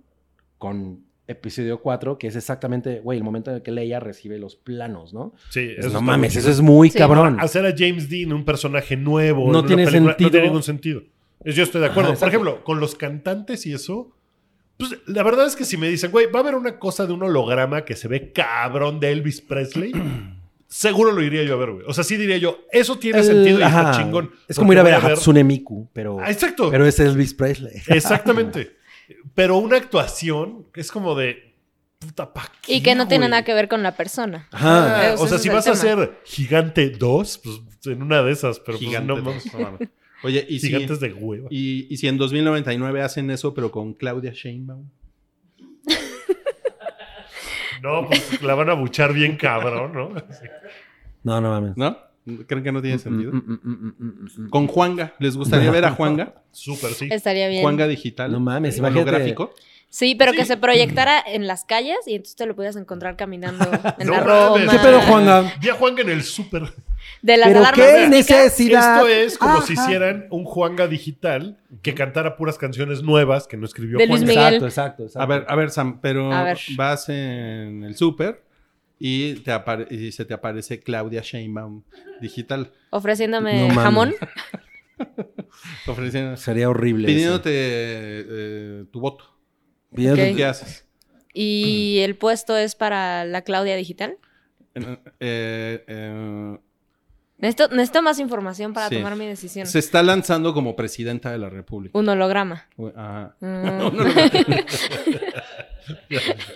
Speaker 4: con episodio 4, que es exactamente, güey, el momento en el que Leia recibe los planos, ¿no?
Speaker 2: sí, eso
Speaker 4: pues, no
Speaker 2: está
Speaker 4: mames,
Speaker 2: muy Ah,
Speaker 4: eso es muy
Speaker 5: Sí.
Speaker 4: cabrón.
Speaker 2: hacer a James Dean un personaje nuevo
Speaker 4: No
Speaker 2: en una
Speaker 4: tiene
Speaker 2: película,
Speaker 4: sentido.
Speaker 2: no tiene ningún sentido. Es- Yo estoy de acuerdo.
Speaker 4: Ajá,
Speaker 2: Por
Speaker 4: exacto.
Speaker 2: ejemplo, con los cantantes y eso, pues la verdad es que si me dicen, güey, va a haber una cosa de un holograma que se ve cabrón de Elvis Presley, seguro lo iría yo a ver, güey. O sea, sí diría yo, eso tiene
Speaker 4: El-
Speaker 2: sentido y está
Speaker 4: ajá.
Speaker 2: chingón.
Speaker 4: Es como ir a
Speaker 2: Porque
Speaker 4: ver a
Speaker 2: voy
Speaker 4: Hatsune Miku, pero,
Speaker 2: Ah, Exacto.
Speaker 4: pero es Elvis Presley.
Speaker 2: Exactamente. Pero una actuación que es como de puta pa' qué,
Speaker 5: Y que no tiene
Speaker 2: güey?
Speaker 5: nada que ver con la persona.
Speaker 4: Ajá.
Speaker 2: Ah,
Speaker 5: Ese
Speaker 2: o sea,
Speaker 5: es
Speaker 2: si
Speaker 5: el
Speaker 2: vas a
Speaker 5: tema.
Speaker 2: ser Gigante 2, pues en una de esas, pero pues,
Speaker 3: Gigante,
Speaker 2: no
Speaker 3: ¿no?
Speaker 2: mames.
Speaker 3: No mames. Oye, y si,
Speaker 2: Gigantes de hueva.
Speaker 3: y, y si en 2099 hacen eso, pero con Claudia Sheinbaum.
Speaker 2: No, pues la van a buchar bien cabrón, ¿no? Sí.
Speaker 4: No, no mames.
Speaker 3: ¿No? ¿Creen que no tiene sentido?
Speaker 4: Mm, mm, mm, mm, mm, mm, mm.
Speaker 3: Con Juanga. ¿Les gustaría ver a Juanga?
Speaker 2: Súper, sí.
Speaker 5: Estaría bien.
Speaker 3: Juanga digital.
Speaker 4: No mames, imagínate.
Speaker 3: holográfico.
Speaker 5: Sí, pero que se proyectara en las calles y entonces te lo pudieras encontrar caminando en
Speaker 2: No
Speaker 5: la
Speaker 2: mames.
Speaker 5: Roma.
Speaker 4: ¿Qué pedo, Juanga?
Speaker 2: Vi a Juanga en el súper.
Speaker 5: De las
Speaker 4: ¿Pero
Speaker 5: alarmas.
Speaker 4: qué
Speaker 5: de-
Speaker 4: necesidad?
Speaker 2: Esto es como si
Speaker 4: Ajá.
Speaker 2: hicieran un Juanga digital que cantara puras canciones nuevas que no escribió
Speaker 5: De Luis
Speaker 2: Juanga.
Speaker 5: Miguel.
Speaker 4: Exacto, exacto, exacto.
Speaker 3: A ver, a ver, Sam, pero
Speaker 5: A ver.
Speaker 3: vas en el súper y, te apare- y se te aparece Claudia Sheinbaum digital.
Speaker 5: Ofreciéndome
Speaker 4: No mames.
Speaker 5: jamón.
Speaker 3: Ofreciendo,
Speaker 4: Sería horrible. eso.
Speaker 3: pidiéndote eh, tu voto.
Speaker 4: Pidiéndote-
Speaker 5: Ok.
Speaker 3: ¿Qué haces?
Speaker 5: Y el puesto es para la Claudia Digital.
Speaker 3: Eh, eh, eh,
Speaker 5: Necesito, necesito más información para
Speaker 3: Sí.
Speaker 5: tomar mi decisión.
Speaker 3: se está lanzando como presidenta de la República.
Speaker 5: Un holograma.
Speaker 3: Uy, ajá.
Speaker 5: Mm.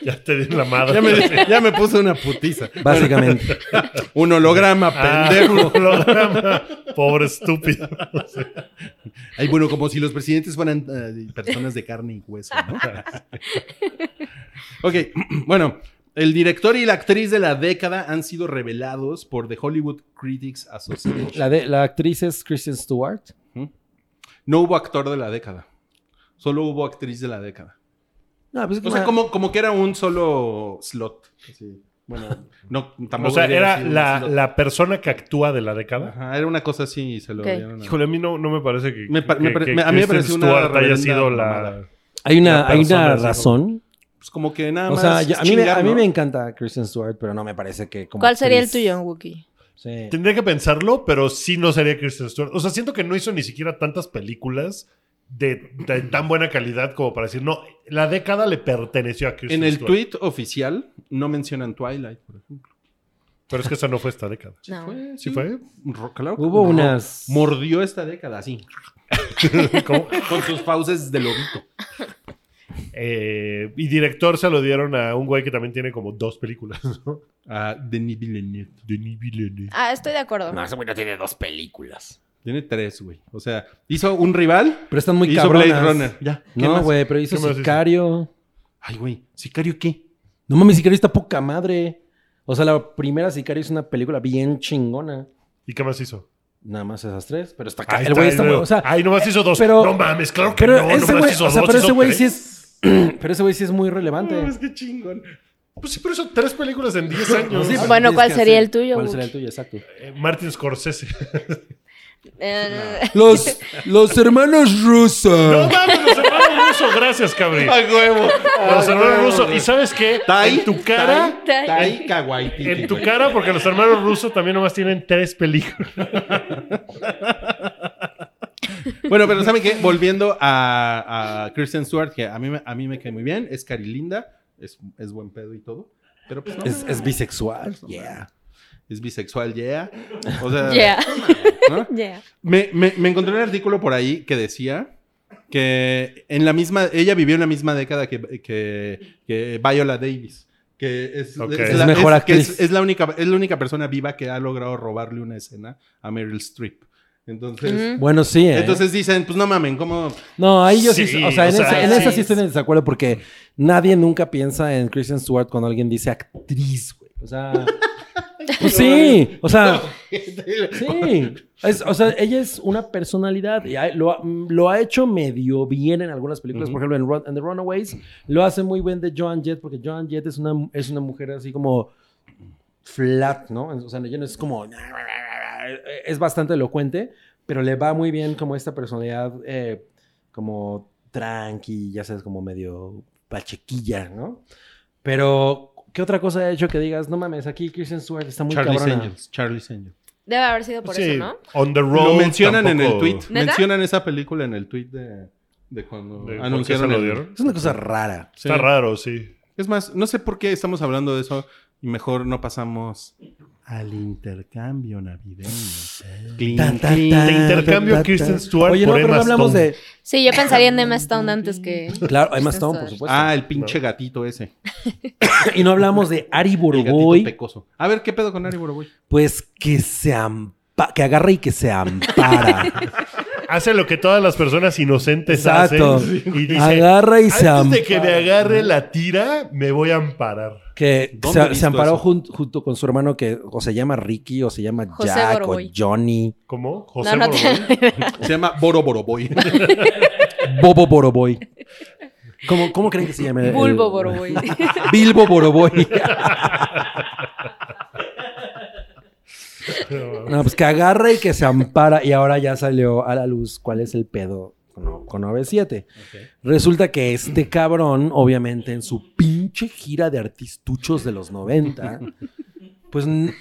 Speaker 2: Ya te di la madre.
Speaker 3: Ya me, ya me puse una putiza.
Speaker 4: Básicamente.
Speaker 3: Un holograma,
Speaker 2: Ah,
Speaker 3: pendejo.
Speaker 2: un holograma. Pobre estúpido.
Speaker 3: Ay, bueno, como si los presidentes fueran eh, personas de carne y hueso, ¿no? ok, bueno. El director y la actriz de la década han sido revelados por The Hollywood Critics Association.
Speaker 4: La, de, la actriz es Kristen Stewart.
Speaker 3: No hubo actor de la década. Solo hubo actriz de la década.
Speaker 4: No, pues es
Speaker 3: O sea,
Speaker 4: una-
Speaker 3: como, como que era un solo slot. Así. Bueno, no,
Speaker 2: O
Speaker 3: tampoco
Speaker 2: sea,
Speaker 3: diría
Speaker 2: era
Speaker 3: así, un
Speaker 2: la,
Speaker 3: slot.
Speaker 2: la persona que actúa de la década.
Speaker 3: Ajá, era una cosa así y se lo
Speaker 5: Ok.
Speaker 3: dieron a-
Speaker 2: Híjole, a mí no, no me parece que,
Speaker 3: Me pa-
Speaker 2: que-
Speaker 3: me pare-
Speaker 2: que
Speaker 3: me- a mí me
Speaker 2: Kristen
Speaker 3: pareció una
Speaker 2: Stewart haya
Speaker 3: reverenda
Speaker 2: sido la...
Speaker 3: mamada.
Speaker 4: hay una,
Speaker 2: la
Speaker 4: hay
Speaker 2: persona,
Speaker 4: una
Speaker 2: así como-
Speaker 4: razón.
Speaker 3: Pues como que nada
Speaker 4: O
Speaker 3: más.
Speaker 4: sea, yo- a, mí me,
Speaker 3: chingar,
Speaker 4: a mí
Speaker 3: ¿no?
Speaker 4: me encanta Kristen Stewart, pero no me parece que. como
Speaker 5: ¿Cuál sería el
Speaker 4: actriz-
Speaker 5: tuyo, Wookie?
Speaker 4: Sí.
Speaker 2: Tendría que pensarlo, pero sí no sería Kristen Stewart. O sea, siento que no hizo ni siquiera tantas películas de, de tan buena calidad como para decir, no, la década le perteneció a Kristen
Speaker 3: En el
Speaker 2: Stewart.
Speaker 3: tweet oficial no mencionan Twilight, por ejemplo.
Speaker 2: Pero es que esa no fue esta década.
Speaker 5: No.
Speaker 2: ¿Sí fue?
Speaker 3: Ro- claro que
Speaker 4: Hubo
Speaker 3: no.
Speaker 4: unas.
Speaker 3: Mordió esta década, así.
Speaker 2: ¿Cómo?
Speaker 3: Con sus fauces de lobito.
Speaker 2: Eh, y director se lo dieron a un güey que también tiene como dos películas, ¿no?
Speaker 3: Ah, Denis Villeneuve.
Speaker 2: Denis Villeneuve.
Speaker 5: Ah, estoy de acuerdo.
Speaker 6: No, ese güey no tiene dos películas.
Speaker 3: Tiene tres, güey. O sea, hizo un rival.
Speaker 4: Pero están muy
Speaker 3: hizo
Speaker 4: cabronas.
Speaker 3: Blade Runner. Ya. ¿Qué
Speaker 4: No,
Speaker 3: más?
Speaker 4: güey, pero hizo
Speaker 2: ¿Qué más hizo?
Speaker 4: Sicario.
Speaker 3: Ay, güey. ¿Sicario qué?
Speaker 4: No mames, Sicario está poca madre. O sea, la primera Sicario es una película bien chingona.
Speaker 2: ¿Y qué más hizo?
Speaker 4: Nada más esas tres, pero está ca-
Speaker 2: Ahí
Speaker 4: el güey
Speaker 2: está, ahí
Speaker 4: está muy-
Speaker 2: lo-
Speaker 4: o sea, eh,
Speaker 2: ahí nomás hizo dos.
Speaker 4: pero-
Speaker 2: no mames, claro que
Speaker 4: pero
Speaker 2: no.
Speaker 4: ese
Speaker 2: nomás
Speaker 4: güey,
Speaker 2: hizo
Speaker 4: o sea,
Speaker 2: dos,
Speaker 4: pero
Speaker 2: hizo
Speaker 4: ese güey sí
Speaker 2: tres.
Speaker 4: es pero ese güey sí es muy relevante.
Speaker 3: No, es que chingón.
Speaker 2: Pues sí, pero hizo tres películas en 10 años.
Speaker 4: Sí, pues, pero
Speaker 5: Bueno,
Speaker 4: tienes
Speaker 5: ¿cuál
Speaker 4: que
Speaker 5: sería
Speaker 4: hacer-
Speaker 5: el tuyo,
Speaker 4: ¿Cuál
Speaker 5: Wookie?
Speaker 4: sería el tuyo? Exacto.
Speaker 2: Eh, Martin Scorsese.
Speaker 5: Eh,
Speaker 4: Los los hermanos
Speaker 2: No
Speaker 4: rusos.
Speaker 2: mames, los hermanos rusos, gracias, cabrón.
Speaker 3: A huevo.
Speaker 2: Los
Speaker 3: A
Speaker 2: hermanos
Speaker 3: huevo,
Speaker 2: rusos.
Speaker 3: güey.
Speaker 2: ¿Y sabes qué?
Speaker 3: Tai,
Speaker 2: en tu cara.
Speaker 5: Tai.
Speaker 3: Tai Kawaititi,
Speaker 2: En tu
Speaker 3: güey.
Speaker 2: cara, porque los hermanos rusos también nomás tienen tres películas.
Speaker 3: Bueno, pero ¿saben qué? Volviendo a, a Kristen Stewart, que a mí, me- a mí me cae muy bien, es carilinda, es, es buen pedo y todo, pero pues no,
Speaker 4: Es,
Speaker 3: es,
Speaker 4: es bisexual. Yeah.
Speaker 3: bisexual, yeah. O sea,
Speaker 5: Yeah.
Speaker 3: ¿no?
Speaker 5: Yeah.
Speaker 3: ¿Ah? me, me- me encontré un artículo por ahí que decía que en la misma, ella vivió en la misma década que, que, que Viola Davis. Que es,
Speaker 2: Ok.
Speaker 3: es
Speaker 2: Es
Speaker 3: la,
Speaker 4: mejor
Speaker 3: es- que es-
Speaker 4: actriz.
Speaker 3: es la única, es la única persona viva que ha logrado robarle una escena a Meryl Streep. Entonces,
Speaker 5: Ujú.
Speaker 4: Bueno, sí. ¿eh?
Speaker 3: entonces dicen, pues no mamen, ¿cómo?
Speaker 4: no, ahí yo sí.
Speaker 2: Sí,
Speaker 4: o sea,
Speaker 2: o
Speaker 4: en,
Speaker 2: sea,
Speaker 4: esa, en
Speaker 5: sí.
Speaker 4: esa sí estoy en desacuerdo porque nadie nunca piensa en Kristen Stewart cuando alguien dice actriz, güey. O sea. pues sí. O sea. Sí. Es- o sea, ella es una personalidad. Y ha- lo, ha- lo ha hecho medio bien en algunas películas. Por ejemplo, en, Run- en The Runaways lo hace muy bien de Joan Jett, porque Joan Jett es una, es una mujer así como flat, ¿no? O sea, ella no es como. Es bastante elocuente, pero le va muy bien como esta personalidad, eh, como tranqui, ya sabes, como medio pachequilla, ¿no? Pero. ¿Qué otra cosa ha hecho que digas? No mames, aquí Kristen Stewart está muy
Speaker 3: Charlie's
Speaker 4: cabrona.
Speaker 3: Angels, Charlie's Angels.
Speaker 5: Debe haber sido por
Speaker 2: Sí,
Speaker 5: eso, ¿no?
Speaker 2: On the road.
Speaker 3: Lo mencionan
Speaker 2: tampoco-
Speaker 3: en el tweet.
Speaker 5: ¿Neta?
Speaker 3: Mencionan esa película en el tweet de, de cuando
Speaker 2: ¿De por qué
Speaker 3: anunciaron.
Speaker 2: se lo
Speaker 3: el-
Speaker 2: dieron?
Speaker 4: Es una cosa rara.
Speaker 3: Sí.
Speaker 2: Está raro, sí.
Speaker 3: Es más, no sé por qué estamos hablando de eso y mejor no pasamos al intercambio navideño. Clean,
Speaker 4: Tan, tan,
Speaker 3: clean.
Speaker 4: tan,
Speaker 2: Te intercambio
Speaker 4: tan, tan,
Speaker 2: Kristen
Speaker 4: tan.
Speaker 2: Stewart
Speaker 4: Oye,
Speaker 2: por
Speaker 4: no, pero
Speaker 2: Emma
Speaker 4: no hablamos
Speaker 2: Stone.
Speaker 4: de.
Speaker 5: Sí, yo pensaría en Emma Stone antes que.
Speaker 4: Claro, Emma
Speaker 5: Kristen
Speaker 4: Stone, por
Speaker 5: Stewart.
Speaker 4: supuesto.
Speaker 3: Ah, el pinche gatito ese.
Speaker 4: y no hablamos de Ari
Speaker 3: El gatito
Speaker 4: Boroboy,
Speaker 3: pecoso. A ver, ¿qué pedo con Ari Boroboy?
Speaker 4: pues que se ampa- que agarra y que se ampara.
Speaker 2: Hace lo que todas las personas inocentes
Speaker 4: Exacto.
Speaker 2: hacen. Y dice,
Speaker 4: agarra y se
Speaker 2: antes
Speaker 4: ampara.
Speaker 2: de que me agarre la tira, me voy a amparar.
Speaker 4: Que
Speaker 3: ¿Dónde he
Speaker 4: se,
Speaker 3: visto
Speaker 4: se amparó
Speaker 3: eso?
Speaker 4: jun- junto con su hermano que o se llama Ricky o se llama
Speaker 5: José
Speaker 4: Jack
Speaker 5: Boroboy.
Speaker 4: o Johnny.
Speaker 2: ¿Cómo?
Speaker 5: No,
Speaker 2: José
Speaker 5: no
Speaker 2: Boroboy.
Speaker 5: te-
Speaker 3: Se llama Boro Boroboy.
Speaker 4: Bobo Boroboy. ¿Cómo, cómo creen que se llama? Eh, el-
Speaker 5: Bulbo Boroboy.
Speaker 4: Bilbo Boroboy. No, pues que agarra y que se ampara. Y ahora ya salió a la luz cuál es el pedo con, con OV7. Resulta que este cabrón, obviamente, en su pinche gira de artistuchos de los 90, pues n-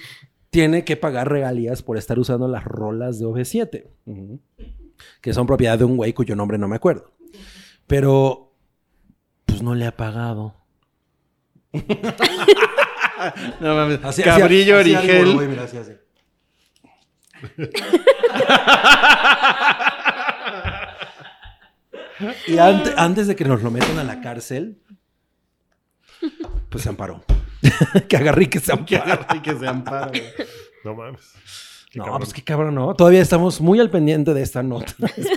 Speaker 4: tiene que pagar regalías por estar usando las rolas de OV7, que son propiedad de un güey cuyo nombre no me acuerdo. Pero, pues no le ha pagado.
Speaker 3: No mames.
Speaker 4: Así- así-
Speaker 3: Cabrillo
Speaker 4: así algo,
Speaker 3: Origel.
Speaker 4: güey, mira, así, así. y ante- antes de que nos lo metan a la cárcel, pues se amparó. que agarré y que se
Speaker 3: Que
Speaker 4: amparó.
Speaker 3: agarra y que se ampara. güey.
Speaker 2: No mames. Qué
Speaker 4: No,
Speaker 2: cabrón.
Speaker 4: pues qué cabrón, ¿no? Todavía estamos muy al pendiente de esta nota.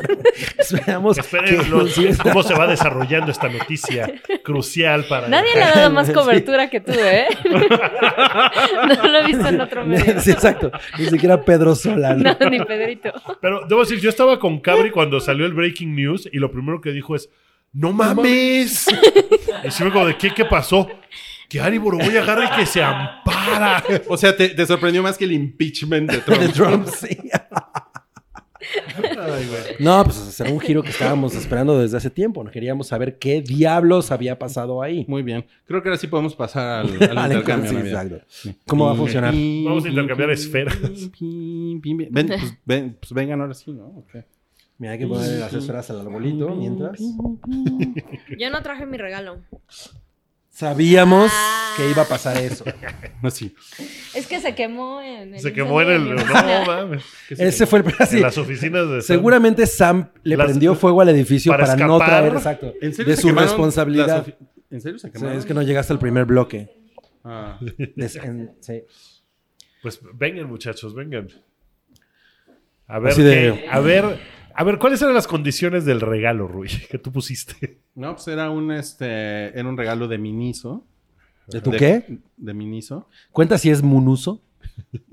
Speaker 4: Esperamos
Speaker 2: Esperen
Speaker 4: que
Speaker 2: lo-
Speaker 4: nos siga-
Speaker 2: cómo se va desarrollando esta noticia crucial para...
Speaker 5: Nadie le ha dado más cobertura que tú, ¿eh? no lo he visto en otro medio.
Speaker 4: Sí, exacto. Ni siquiera Pedro Solano.
Speaker 5: No, ni Pedrito.
Speaker 2: Pero debo decir, yo estaba con Cabri cuando salió el breaking news y lo primero que dijo es, no mames. y se me como de, ¿qué, qué pasó? Que Ari Boroboy agarra y que se ampara.
Speaker 3: O sea, te, te sorprendió más que el impeachment de
Speaker 4: De
Speaker 3: Trump.
Speaker 4: Trump, sí. No, pues hacer un giro que estábamos esperando desde hace tiempo. No queríamos saber qué diablos había pasado ahí.
Speaker 3: Muy bien. Creo que ahora sí podemos pasar al, al
Speaker 4: Al
Speaker 3: intercambio.
Speaker 4: encuentro, sí,
Speaker 3: navideño.
Speaker 4: exacto. ¿Cómo va a funcionar?
Speaker 2: Vamos a intercambiar esferas.
Speaker 3: Ven, pues, ven, pues vengan ahora sí, ¿no? Ok.
Speaker 4: Mira, hay que poner las esferas al arbolito mientras.
Speaker 5: Yo no traje mi regalo.
Speaker 4: Sabíamos que iba a pasar eso.
Speaker 3: Así.
Speaker 5: Es que se quemó en el.
Speaker 2: Se quemó en el...
Speaker 5: incendio de mi
Speaker 2: No
Speaker 5: oficina.
Speaker 2: mames.
Speaker 4: Ese fue el.
Speaker 2: En
Speaker 4: así,
Speaker 2: las oficinas de...
Speaker 4: Seguramente Sam le
Speaker 2: Las-
Speaker 4: prendió fuego al edificio
Speaker 2: para
Speaker 4: para, no
Speaker 2: escapar.
Speaker 4: traer. Exacto.
Speaker 3: ¿En serio
Speaker 4: De
Speaker 3: se
Speaker 4: su
Speaker 3: quemaron
Speaker 4: responsabilidad.
Speaker 3: las ofi- ¿En serio se
Speaker 4: O sea,
Speaker 3: quemaron?
Speaker 4: es que no llegaste al primer bloque.
Speaker 3: Ah.
Speaker 4: Des- en- sí.
Speaker 2: Pues vengan, muchachos, vengan. A ver,
Speaker 4: Así de-
Speaker 2: qué- a ver, a ver, ¿cuáles eran las condiciones del regalo, Rui, que tú pusiste?
Speaker 3: No, pues era un, este, era un regalo de Miniso.
Speaker 4: ¿De tu
Speaker 3: De-
Speaker 4: qué?
Speaker 3: De Miniso. Pues
Speaker 4: Cuenta si es Munuso.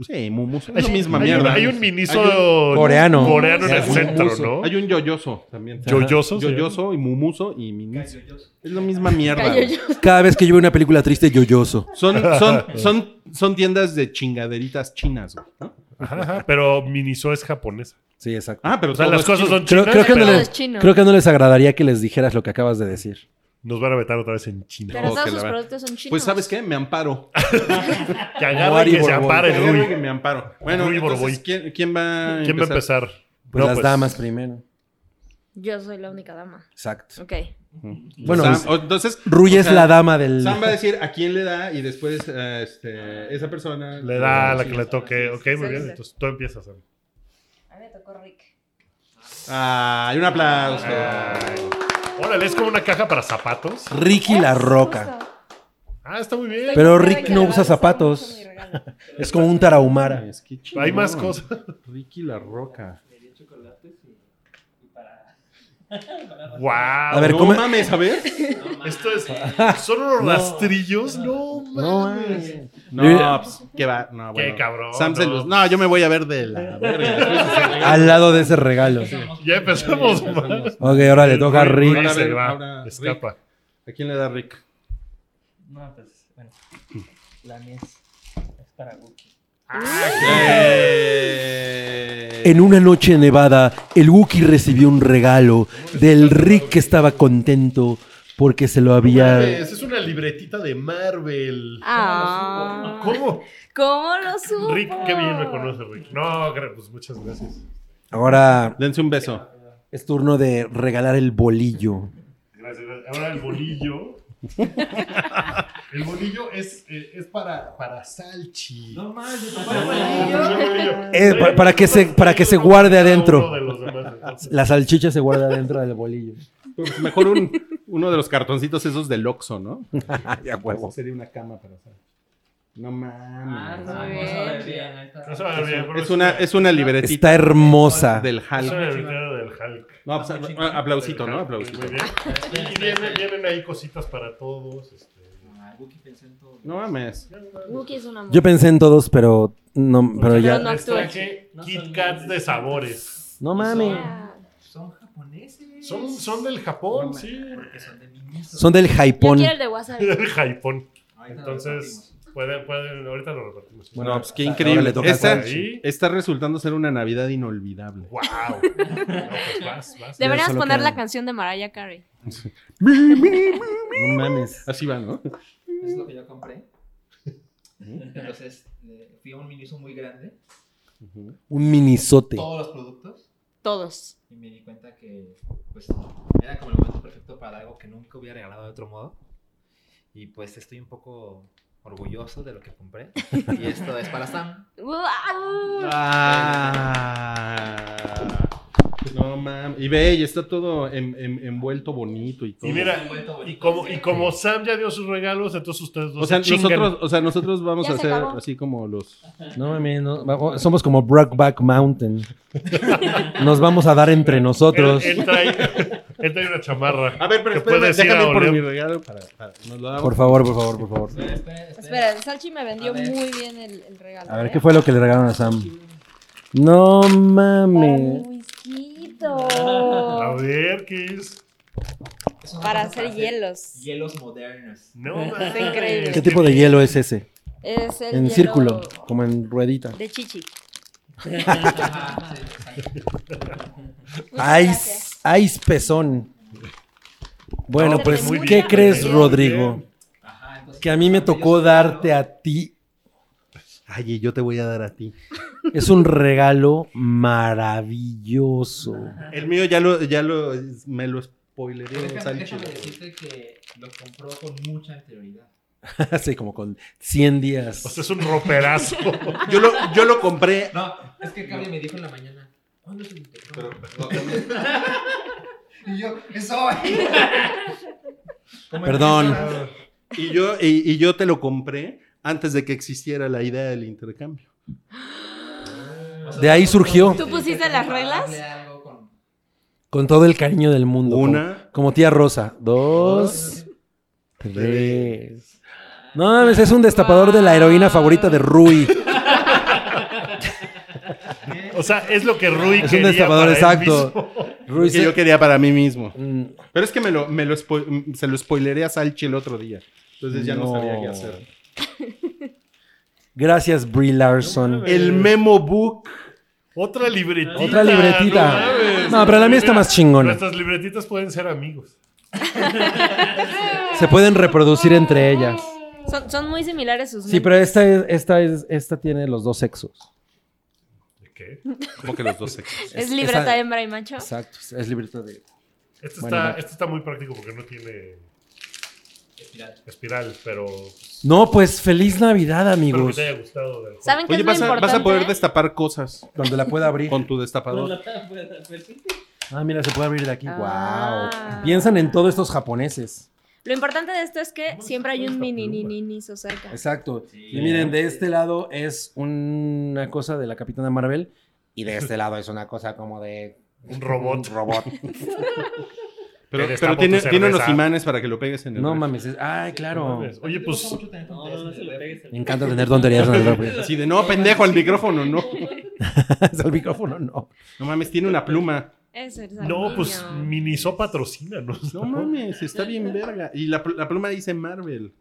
Speaker 3: Sí, Mumuso. Es la
Speaker 2: Hay-
Speaker 3: misma
Speaker 2: hay
Speaker 3: mierda.
Speaker 2: Un, hay un miniso
Speaker 3: Hay
Speaker 4: coreano.
Speaker 2: coreano en el
Speaker 3: Hay un
Speaker 2: centro,
Speaker 3: mumuso.
Speaker 2: ¿no?
Speaker 3: Hay un yoyoso también.
Speaker 2: Yoyoso, sí.
Speaker 3: Yoyoso y Mumuso y Miniso. Es la misma mierda.
Speaker 5: Cayó yo.
Speaker 4: Cada vez que yo veo una película triste, yoyoso.
Speaker 3: Son, son, son, son tiendas de chingaderitas chinas, güey, ¿no?
Speaker 2: Ajá, ajá, pero miniso es japonesa.
Speaker 4: Sí, exacto.
Speaker 3: Ah, pero
Speaker 2: O sea,
Speaker 3: todo
Speaker 2: las
Speaker 3: es
Speaker 2: cosas
Speaker 3: chino.
Speaker 2: son
Speaker 4: Creo,
Speaker 2: chinas,
Speaker 4: creo que no
Speaker 2: pero
Speaker 5: Todo
Speaker 4: les,
Speaker 5: es chino.
Speaker 4: creo que no les agradaría que les dijeras lo que acabas de decir.
Speaker 2: nos van a vetar otra vez en China.
Speaker 5: Pero
Speaker 3: Ok,
Speaker 5: todos
Speaker 3: la
Speaker 5: sus
Speaker 3: verdad.
Speaker 5: productos son chinos.
Speaker 3: Pues, ¿sabes qué? Me amparo.
Speaker 2: Que agarre
Speaker 4: Mari
Speaker 2: y que se
Speaker 4: Borbón.
Speaker 2: ampare
Speaker 3: Te agarro
Speaker 2: el
Speaker 3: que
Speaker 2: Rui.
Speaker 3: me amparo. Bueno,
Speaker 2: Rui
Speaker 3: entonces,
Speaker 2: Borboy.
Speaker 3: ¿quién, quién va a
Speaker 2: ¿Quién va a empezar?
Speaker 4: Pues
Speaker 2: No,
Speaker 4: las damas primero.
Speaker 5: Yo soy la única dama.
Speaker 4: Exacto.
Speaker 5: Ok.
Speaker 4: Bueno,
Speaker 3: Sam-
Speaker 4: es-
Speaker 3: o- entonces...
Speaker 4: Ruy
Speaker 3: o
Speaker 4: es
Speaker 3: sea,
Speaker 4: la dama del.
Speaker 3: Sam va a decir a quién le da y después eh, este, esa persona...
Speaker 2: Le da a la
Speaker 3: sí,
Speaker 2: que le toque. Ok, muy
Speaker 5: sí,
Speaker 2: bien.
Speaker 5: sí.
Speaker 2: Entonces tú empiezas. Sam.
Speaker 5: A mí me tocó Rick.
Speaker 3: Ay, Ah, un aplauso.
Speaker 2: Ay. Órale, es como una caja para zapatos.
Speaker 6: Ricky La Roca.
Speaker 2: Ah, está muy bien.
Speaker 4: Pero Rick no usa zapatos. Es como un tarahumara.
Speaker 3: Es que chingón.
Speaker 2: Hay más cosas.
Speaker 3: Ricky la roca.
Speaker 2: Wow.
Speaker 4: A ver,
Speaker 3: no
Speaker 4: come-
Speaker 3: mames, a ver.
Speaker 2: Esto es. Son unos rastrillos. No,
Speaker 3: No,
Speaker 2: mames.
Speaker 3: no pues, qué va. No, bueno.
Speaker 2: Qué cabrón,
Speaker 3: Sam
Speaker 2: no.
Speaker 3: se luz- No, yo me voy a ver de la verga.
Speaker 4: Al lado de ese regalo.
Speaker 2: Ya empezamos mal.
Speaker 4: Ok, ahora le toca a Rick.
Speaker 2: Rick
Speaker 3: Ahora
Speaker 2: se
Speaker 3: Rick,
Speaker 2: va,
Speaker 3: ahora
Speaker 2: Escapa.
Speaker 3: ¿A quién le da Rick?
Speaker 7: No, pues, bueno. La mía es, es para Wookie.
Speaker 3: Ah,
Speaker 4: En una noche nevada, el Wookiee recibió un regalo del Rick que estaba contento porque se lo había...
Speaker 2: Mames, es una libretita de Marvel.
Speaker 5: Ah,
Speaker 2: ¿Cómo?
Speaker 5: ¿Cómo lo supo?
Speaker 2: Rick, qué bien me conoce, Rick. No, gra- pues muchas gracias.
Speaker 4: Ahora
Speaker 3: Dense un beso.
Speaker 4: es turno de regalar el bolillo.
Speaker 2: Gracias. gracias. Ahora el bolillo. El bolillo es, eh, es para, para Salchi. No más,
Speaker 4: Eh, pa- para que se- para que se guarde adentro.
Speaker 2: Uno de los demás, entonces.
Speaker 4: La salchicha se guarda dentro del bolillo.
Speaker 3: Pues mejor un, uno de los cartoncitos esos del Oxxo, ¿no?
Speaker 4: Ya huevo.
Speaker 3: Sería una cama para hacer. No
Speaker 7: Ah,
Speaker 3: mames.
Speaker 7: no,
Speaker 5: muy
Speaker 7: no se ve
Speaker 5: bien.
Speaker 7: bien, ahí está.
Speaker 2: No se va a ver bien, pero
Speaker 3: es, una, es una libretita
Speaker 4: Está hermosa.
Speaker 3: del
Speaker 2: es una
Speaker 3: Hulk.
Speaker 2: libretita del Hulk.
Speaker 3: No, pues, a- aplausito, ¿no? Aplausito.
Speaker 2: Muy bien.
Speaker 7: Espera,
Speaker 2: Y
Speaker 7: espera,
Speaker 2: vienen,
Speaker 7: espera.
Speaker 2: vienen ahí cositas para todos. Este.
Speaker 7: Ah, Wookie pensó en todo.
Speaker 3: No mames.
Speaker 5: Wookie es un amor.
Speaker 4: Yo pensé en todos, pero no, pero
Speaker 5: Pero
Speaker 4: ya.
Speaker 5: no.
Speaker 2: Les
Speaker 5: actúa.
Speaker 2: traje Kit Kats de sabores.
Speaker 4: No mames.
Speaker 5: Ah,
Speaker 7: Son japoneses.
Speaker 2: Son, son del Japón,
Speaker 7: No,
Speaker 2: sí.
Speaker 7: Porque son de Miniso.
Speaker 4: Son del
Speaker 5: Yo
Speaker 4: jaipón.
Speaker 5: quiero el de wasabi.
Speaker 2: Del Japón.
Speaker 7: Ahorita lo
Speaker 2: Entonces, pueden, pueden, ahorita lo repartimos.
Speaker 3: Bueno, pues qué
Speaker 4: ahora
Speaker 3: increíble.
Speaker 4: le toca a
Speaker 3: Esta-
Speaker 2: Salchi.
Speaker 3: está resultando ser una Navidad inolvidable.
Speaker 2: Wow. No, pues vas, vas.
Speaker 5: Deberíamos
Speaker 4: solo
Speaker 5: poner
Speaker 4: queda-
Speaker 5: la canción de Mariah Carey.
Speaker 4: No mames.
Speaker 3: Así va, ¿no?
Speaker 7: repartimos. Es lo que yo compré.
Speaker 4: ¿Eh?
Speaker 7: Entonces, eh, fui a un Miniso muy grande.
Speaker 4: Un minisote.
Speaker 7: Todos los productos.
Speaker 5: Todos.
Speaker 7: Y me di cuenta que, pues, era como el momento perfecto para algo que nunca hubiera regalado de otro modo. Y pues estoy un poco orgulloso de lo que compré. Y esto es para Sam.
Speaker 5: ¡Guau!
Speaker 3: Ah. No mames. Y ve, y está todo en- en- envuelto bonito y todo.
Speaker 2: Y mira, y como, y como Sam ya dio sus regalos, entonces ustedes dos
Speaker 3: o sea,
Speaker 2: se chingan.
Speaker 3: nosotros, o sea, nosotros vamos
Speaker 5: Ya
Speaker 3: a
Speaker 5: se
Speaker 3: hacer
Speaker 5: acabó.
Speaker 3: así como los.
Speaker 4: No mames. no- oh, vamos- somos como Brockback Mountain. Nos vamos a dar entre nosotros.
Speaker 2: Él, él trae, él trae una chamarra.
Speaker 7: Ah.
Speaker 3: A ver, pero
Speaker 2: Que
Speaker 3: espérame,
Speaker 2: puedes ir a
Speaker 3: déjame por
Speaker 2: oler.
Speaker 3: mi regalo para, para- nos lo damos.
Speaker 4: Por favor, por favor, por favor.
Speaker 7: Espera, espera.
Speaker 5: Espera, Salchi me vendió
Speaker 7: A ver.
Speaker 5: muy bien el, el regalo. ¿eh?
Speaker 4: A ver, ¿qué fue lo que le regalaron a Sam? No mames.
Speaker 2: A
Speaker 5: Luisquito.
Speaker 2: ver, ¿qué es?
Speaker 7: Es una
Speaker 5: Para
Speaker 7: cosa
Speaker 5: hacer hielos.
Speaker 7: Hielos modernos.
Speaker 2: No,
Speaker 5: Está
Speaker 2: mames.
Speaker 5: increíble.
Speaker 4: ¿Qué tipo de hielo es ese?
Speaker 5: Es el
Speaker 4: En
Speaker 5: hielo Pues
Speaker 4: círculo, como en ruedita.
Speaker 5: De chichi.
Speaker 7: Ajá, exacto.
Speaker 5: Muchas gracias.
Speaker 4: Ice, ice pezón. Bueno,
Speaker 5: No,
Speaker 4: pues,
Speaker 5: muy
Speaker 4: ¿qué
Speaker 5: bien,
Speaker 4: crees,
Speaker 5: muy bien.
Speaker 4: Rodrigo?
Speaker 7: Ajá, entonces,
Speaker 4: Que a mí me
Speaker 7: cuando
Speaker 4: tocó
Speaker 7: yo regalo,
Speaker 4: darte a ti.
Speaker 3: Ay, y yo te voy a dar a ti.
Speaker 4: Es un regalo maravilloso.
Speaker 3: El mío ya lo, ya lo, me lo spoileré.
Speaker 7: Déjame, déjame decirte que lo compró con mucha anterioridad.
Speaker 4: Así como con 100 días.
Speaker 2: O sea, es un roperazo.
Speaker 3: Yo lo, yo lo compré.
Speaker 7: No, es que Carly me dijo en la mañana. ¿Cuándo se
Speaker 3: Pero-
Speaker 7: Y yo, es hoy. Como en
Speaker 4: Perdón.
Speaker 7: tres horas.
Speaker 3: Y yo, y, y yo te lo compré antes de que existiera la idea del intercambio.
Speaker 7: O sea,
Speaker 4: De ahí
Speaker 7: tú-
Speaker 4: surgió.
Speaker 5: ¿Tú pusiste las reglas?
Speaker 7: Hazle algo con-
Speaker 4: Con todo el cariño del mundo.
Speaker 3: Una.
Speaker 4: Como, como tía Rosa. Dos. Tres. No mames, es un destapador de la heroína favorita de Rui.
Speaker 2: O sea, es lo que Rui
Speaker 4: Es un
Speaker 2: quería
Speaker 4: destapador,
Speaker 2: para él
Speaker 4: exacto.
Speaker 2: mismo.
Speaker 4: Rui
Speaker 3: que
Speaker 4: se-
Speaker 3: yo quería para mí mismo.
Speaker 4: Mm,
Speaker 3: Pero es que me lo, me lo spo- se lo spoileré a Salchi el otro día. Entonces ya no, sabía qué hacer.
Speaker 4: Gracias, Brie Larson.
Speaker 3: El memo book.
Speaker 2: Otra libretita.
Speaker 4: Otra libretita.
Speaker 2: mames.
Speaker 4: No, pero la mía está
Speaker 2: Mira,
Speaker 4: más chingona.
Speaker 2: Nuestras libretitas pueden ser amigos.
Speaker 4: Se pueden reproducir entre ellas.
Speaker 5: Son, son muy similares sus
Speaker 4: Sí, pero esta es, esta es, esta tiene los dos sexos.
Speaker 2: ¿De qué?
Speaker 3: Como que los dos sexos.
Speaker 5: Es
Speaker 4: es-
Speaker 5: libreta
Speaker 4: esa-
Speaker 5: de hembra y macho.
Speaker 4: Exacto, es libreta de.
Speaker 2: Este
Speaker 4: Bueno,
Speaker 2: está,
Speaker 4: va.
Speaker 2: este está muy práctico porque no tiene
Speaker 7: Espiral.
Speaker 2: espiral, pero
Speaker 4: No, pues feliz Navidad,
Speaker 2: espero que
Speaker 4: amigos.
Speaker 2: te haya gustado. del
Speaker 5: ¿Saben qué
Speaker 3: Oye,
Speaker 5: es lo
Speaker 3: vas a, vas a
Speaker 5: importante? ¿eh?
Speaker 3: poder destapar cosas
Speaker 4: Donde la pueda abrir.
Speaker 3: con tu destapador.
Speaker 7: Pues, pues, sí.
Speaker 4: Ah, mira, se puede abrir de aquí.
Speaker 5: Ah.
Speaker 4: Wow. Piensan en todos estos japoneses.
Speaker 5: Lo importante de esto es que siempre hay un mini ni ni ni cerca.
Speaker 4: Exacto.
Speaker 7: Sí.
Speaker 4: Y miren, de este lado es una cosa de la Capitana Marvel y de este lado es una cosa como de
Speaker 2: Un robot.
Speaker 4: Un robot.
Speaker 3: Pero,
Speaker 2: Te destapo
Speaker 3: pero tiene,
Speaker 2: tu
Speaker 3: tiene unos
Speaker 2: cerveza.
Speaker 3: imanes para que lo pegues en el
Speaker 4: No
Speaker 3: refri.
Speaker 4: mames, es- ay, claro.
Speaker 2: Oye, pues.
Speaker 7: No, no, no se lo pegues.
Speaker 4: Me encanta tener tonterías en el refri.
Speaker 3: Así de, no, pendejo, el micrófono, no.
Speaker 4: Es el micrófono, no.
Speaker 3: No mames, tiene una pluma.
Speaker 5: Eso es
Speaker 2: No, pues
Speaker 5: niño.
Speaker 2: Miniso patrocina, ¿no?
Speaker 3: No mames, está bien verga. Y la, pl- la pluma dice Marvel.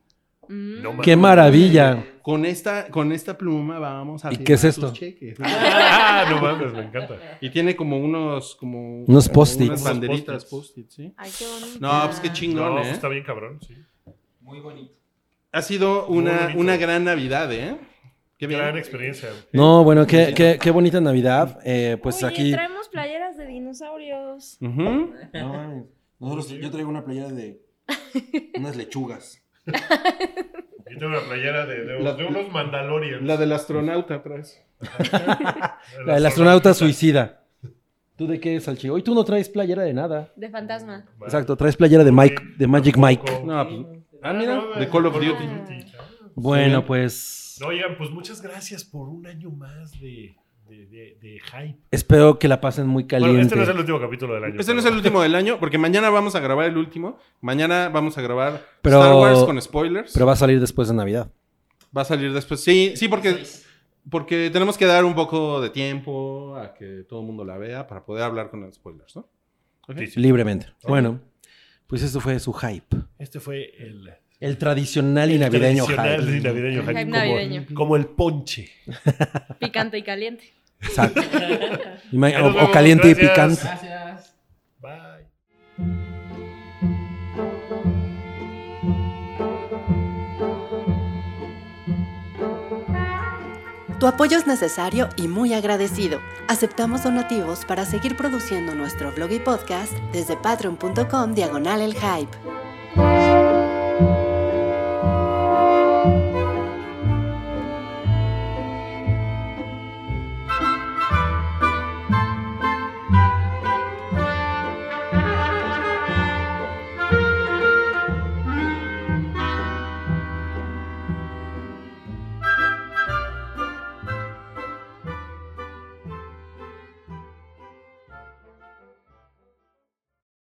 Speaker 5: Mm.
Speaker 2: No,
Speaker 4: Qué maravilla.
Speaker 3: Con esta, con esta pluma vamos a
Speaker 4: ¿Y qué es
Speaker 3: firmar tus
Speaker 4: esto?
Speaker 3: cheques.
Speaker 2: Ah, no mames, me encanta.
Speaker 3: Y tiene como unos, como
Speaker 4: Unos post-its.
Speaker 3: unas banderitas,
Speaker 2: Unos
Speaker 3: post-its, ¿sí?
Speaker 5: Ay, qué bonito.
Speaker 3: No, pues qué chingón,
Speaker 2: No,
Speaker 3: ¿eh?
Speaker 2: está bien cabrón, sí.
Speaker 7: Muy bonito.
Speaker 3: Ha sido
Speaker 2: Muy
Speaker 3: una,
Speaker 2: bonito.
Speaker 3: una gran Navidad, ¿eh? Qué bien.
Speaker 2: Gran experiencia.
Speaker 4: No, bueno, qué, qué, qué bonita Navidad. Eh, pues
Speaker 5: Oye,
Speaker 4: aquí.
Speaker 5: traemos playeras de dinosaurios.
Speaker 3: Ujú.
Speaker 4: No mames. Nosotros- yo traigo una playera de unas lechugas.
Speaker 2: Yo tengo una playera de, de-
Speaker 3: La-
Speaker 2: de unos Mandalorians.
Speaker 3: La del astronauta pues. atrás.
Speaker 4: La del astronauta suicida. ¿Tú de qué, Salchi? Hoy tú no traes playera de nada.
Speaker 5: De fantasma.
Speaker 2: Bueno,
Speaker 4: Exacto, traes playera de Mike, de Magic Mike.
Speaker 2: tampoco.
Speaker 3: No, pues- ah, mira, de Call of Duty.
Speaker 4: Bueno,
Speaker 3: Sí.
Speaker 4: pues
Speaker 2: No, oigan, pues muchas gracias por un año más de, de, de- de hype.
Speaker 4: espero que la pasen muy caliente.
Speaker 2: Bueno, este no es el último capítulo del año.
Speaker 3: Este no es
Speaker 2: pero-
Speaker 3: el último del año, porque mañana vamos a grabar el último. Mañana vamos a grabar
Speaker 4: Pero-
Speaker 3: Star Wars con spoilers.
Speaker 4: Pero va a salir después de Navidad.
Speaker 3: Va a salir después. Sí, sí, porque, porque tenemos que dar un poco de tiempo a que todo el mundo la vea para poder hablar con los spoilers, ¿no? Ok.
Speaker 2: Sí, sí.
Speaker 4: Libremente. Bueno, pues esto fue su hype.
Speaker 2: Este fue el
Speaker 4: El tradicional y navideño
Speaker 2: tradicional
Speaker 4: hype.
Speaker 2: y navideño hype,
Speaker 5: Hype
Speaker 2: como,
Speaker 5: navideño.
Speaker 2: como el ponche.
Speaker 5: Picante y caliente.
Speaker 4: Exacto. Ima-
Speaker 2: Ahí
Speaker 4: o,
Speaker 2: nos
Speaker 4: o
Speaker 2: vemos,
Speaker 4: caliente y
Speaker 2: gracias.
Speaker 4: picante.
Speaker 7: Gracias.
Speaker 2: Bye.
Speaker 8: Tu apoyo es necesario y muy agradecido. Aceptamos donativos para seguir produciendo nuestro blog y podcast desde patreon.com diagonal el hype.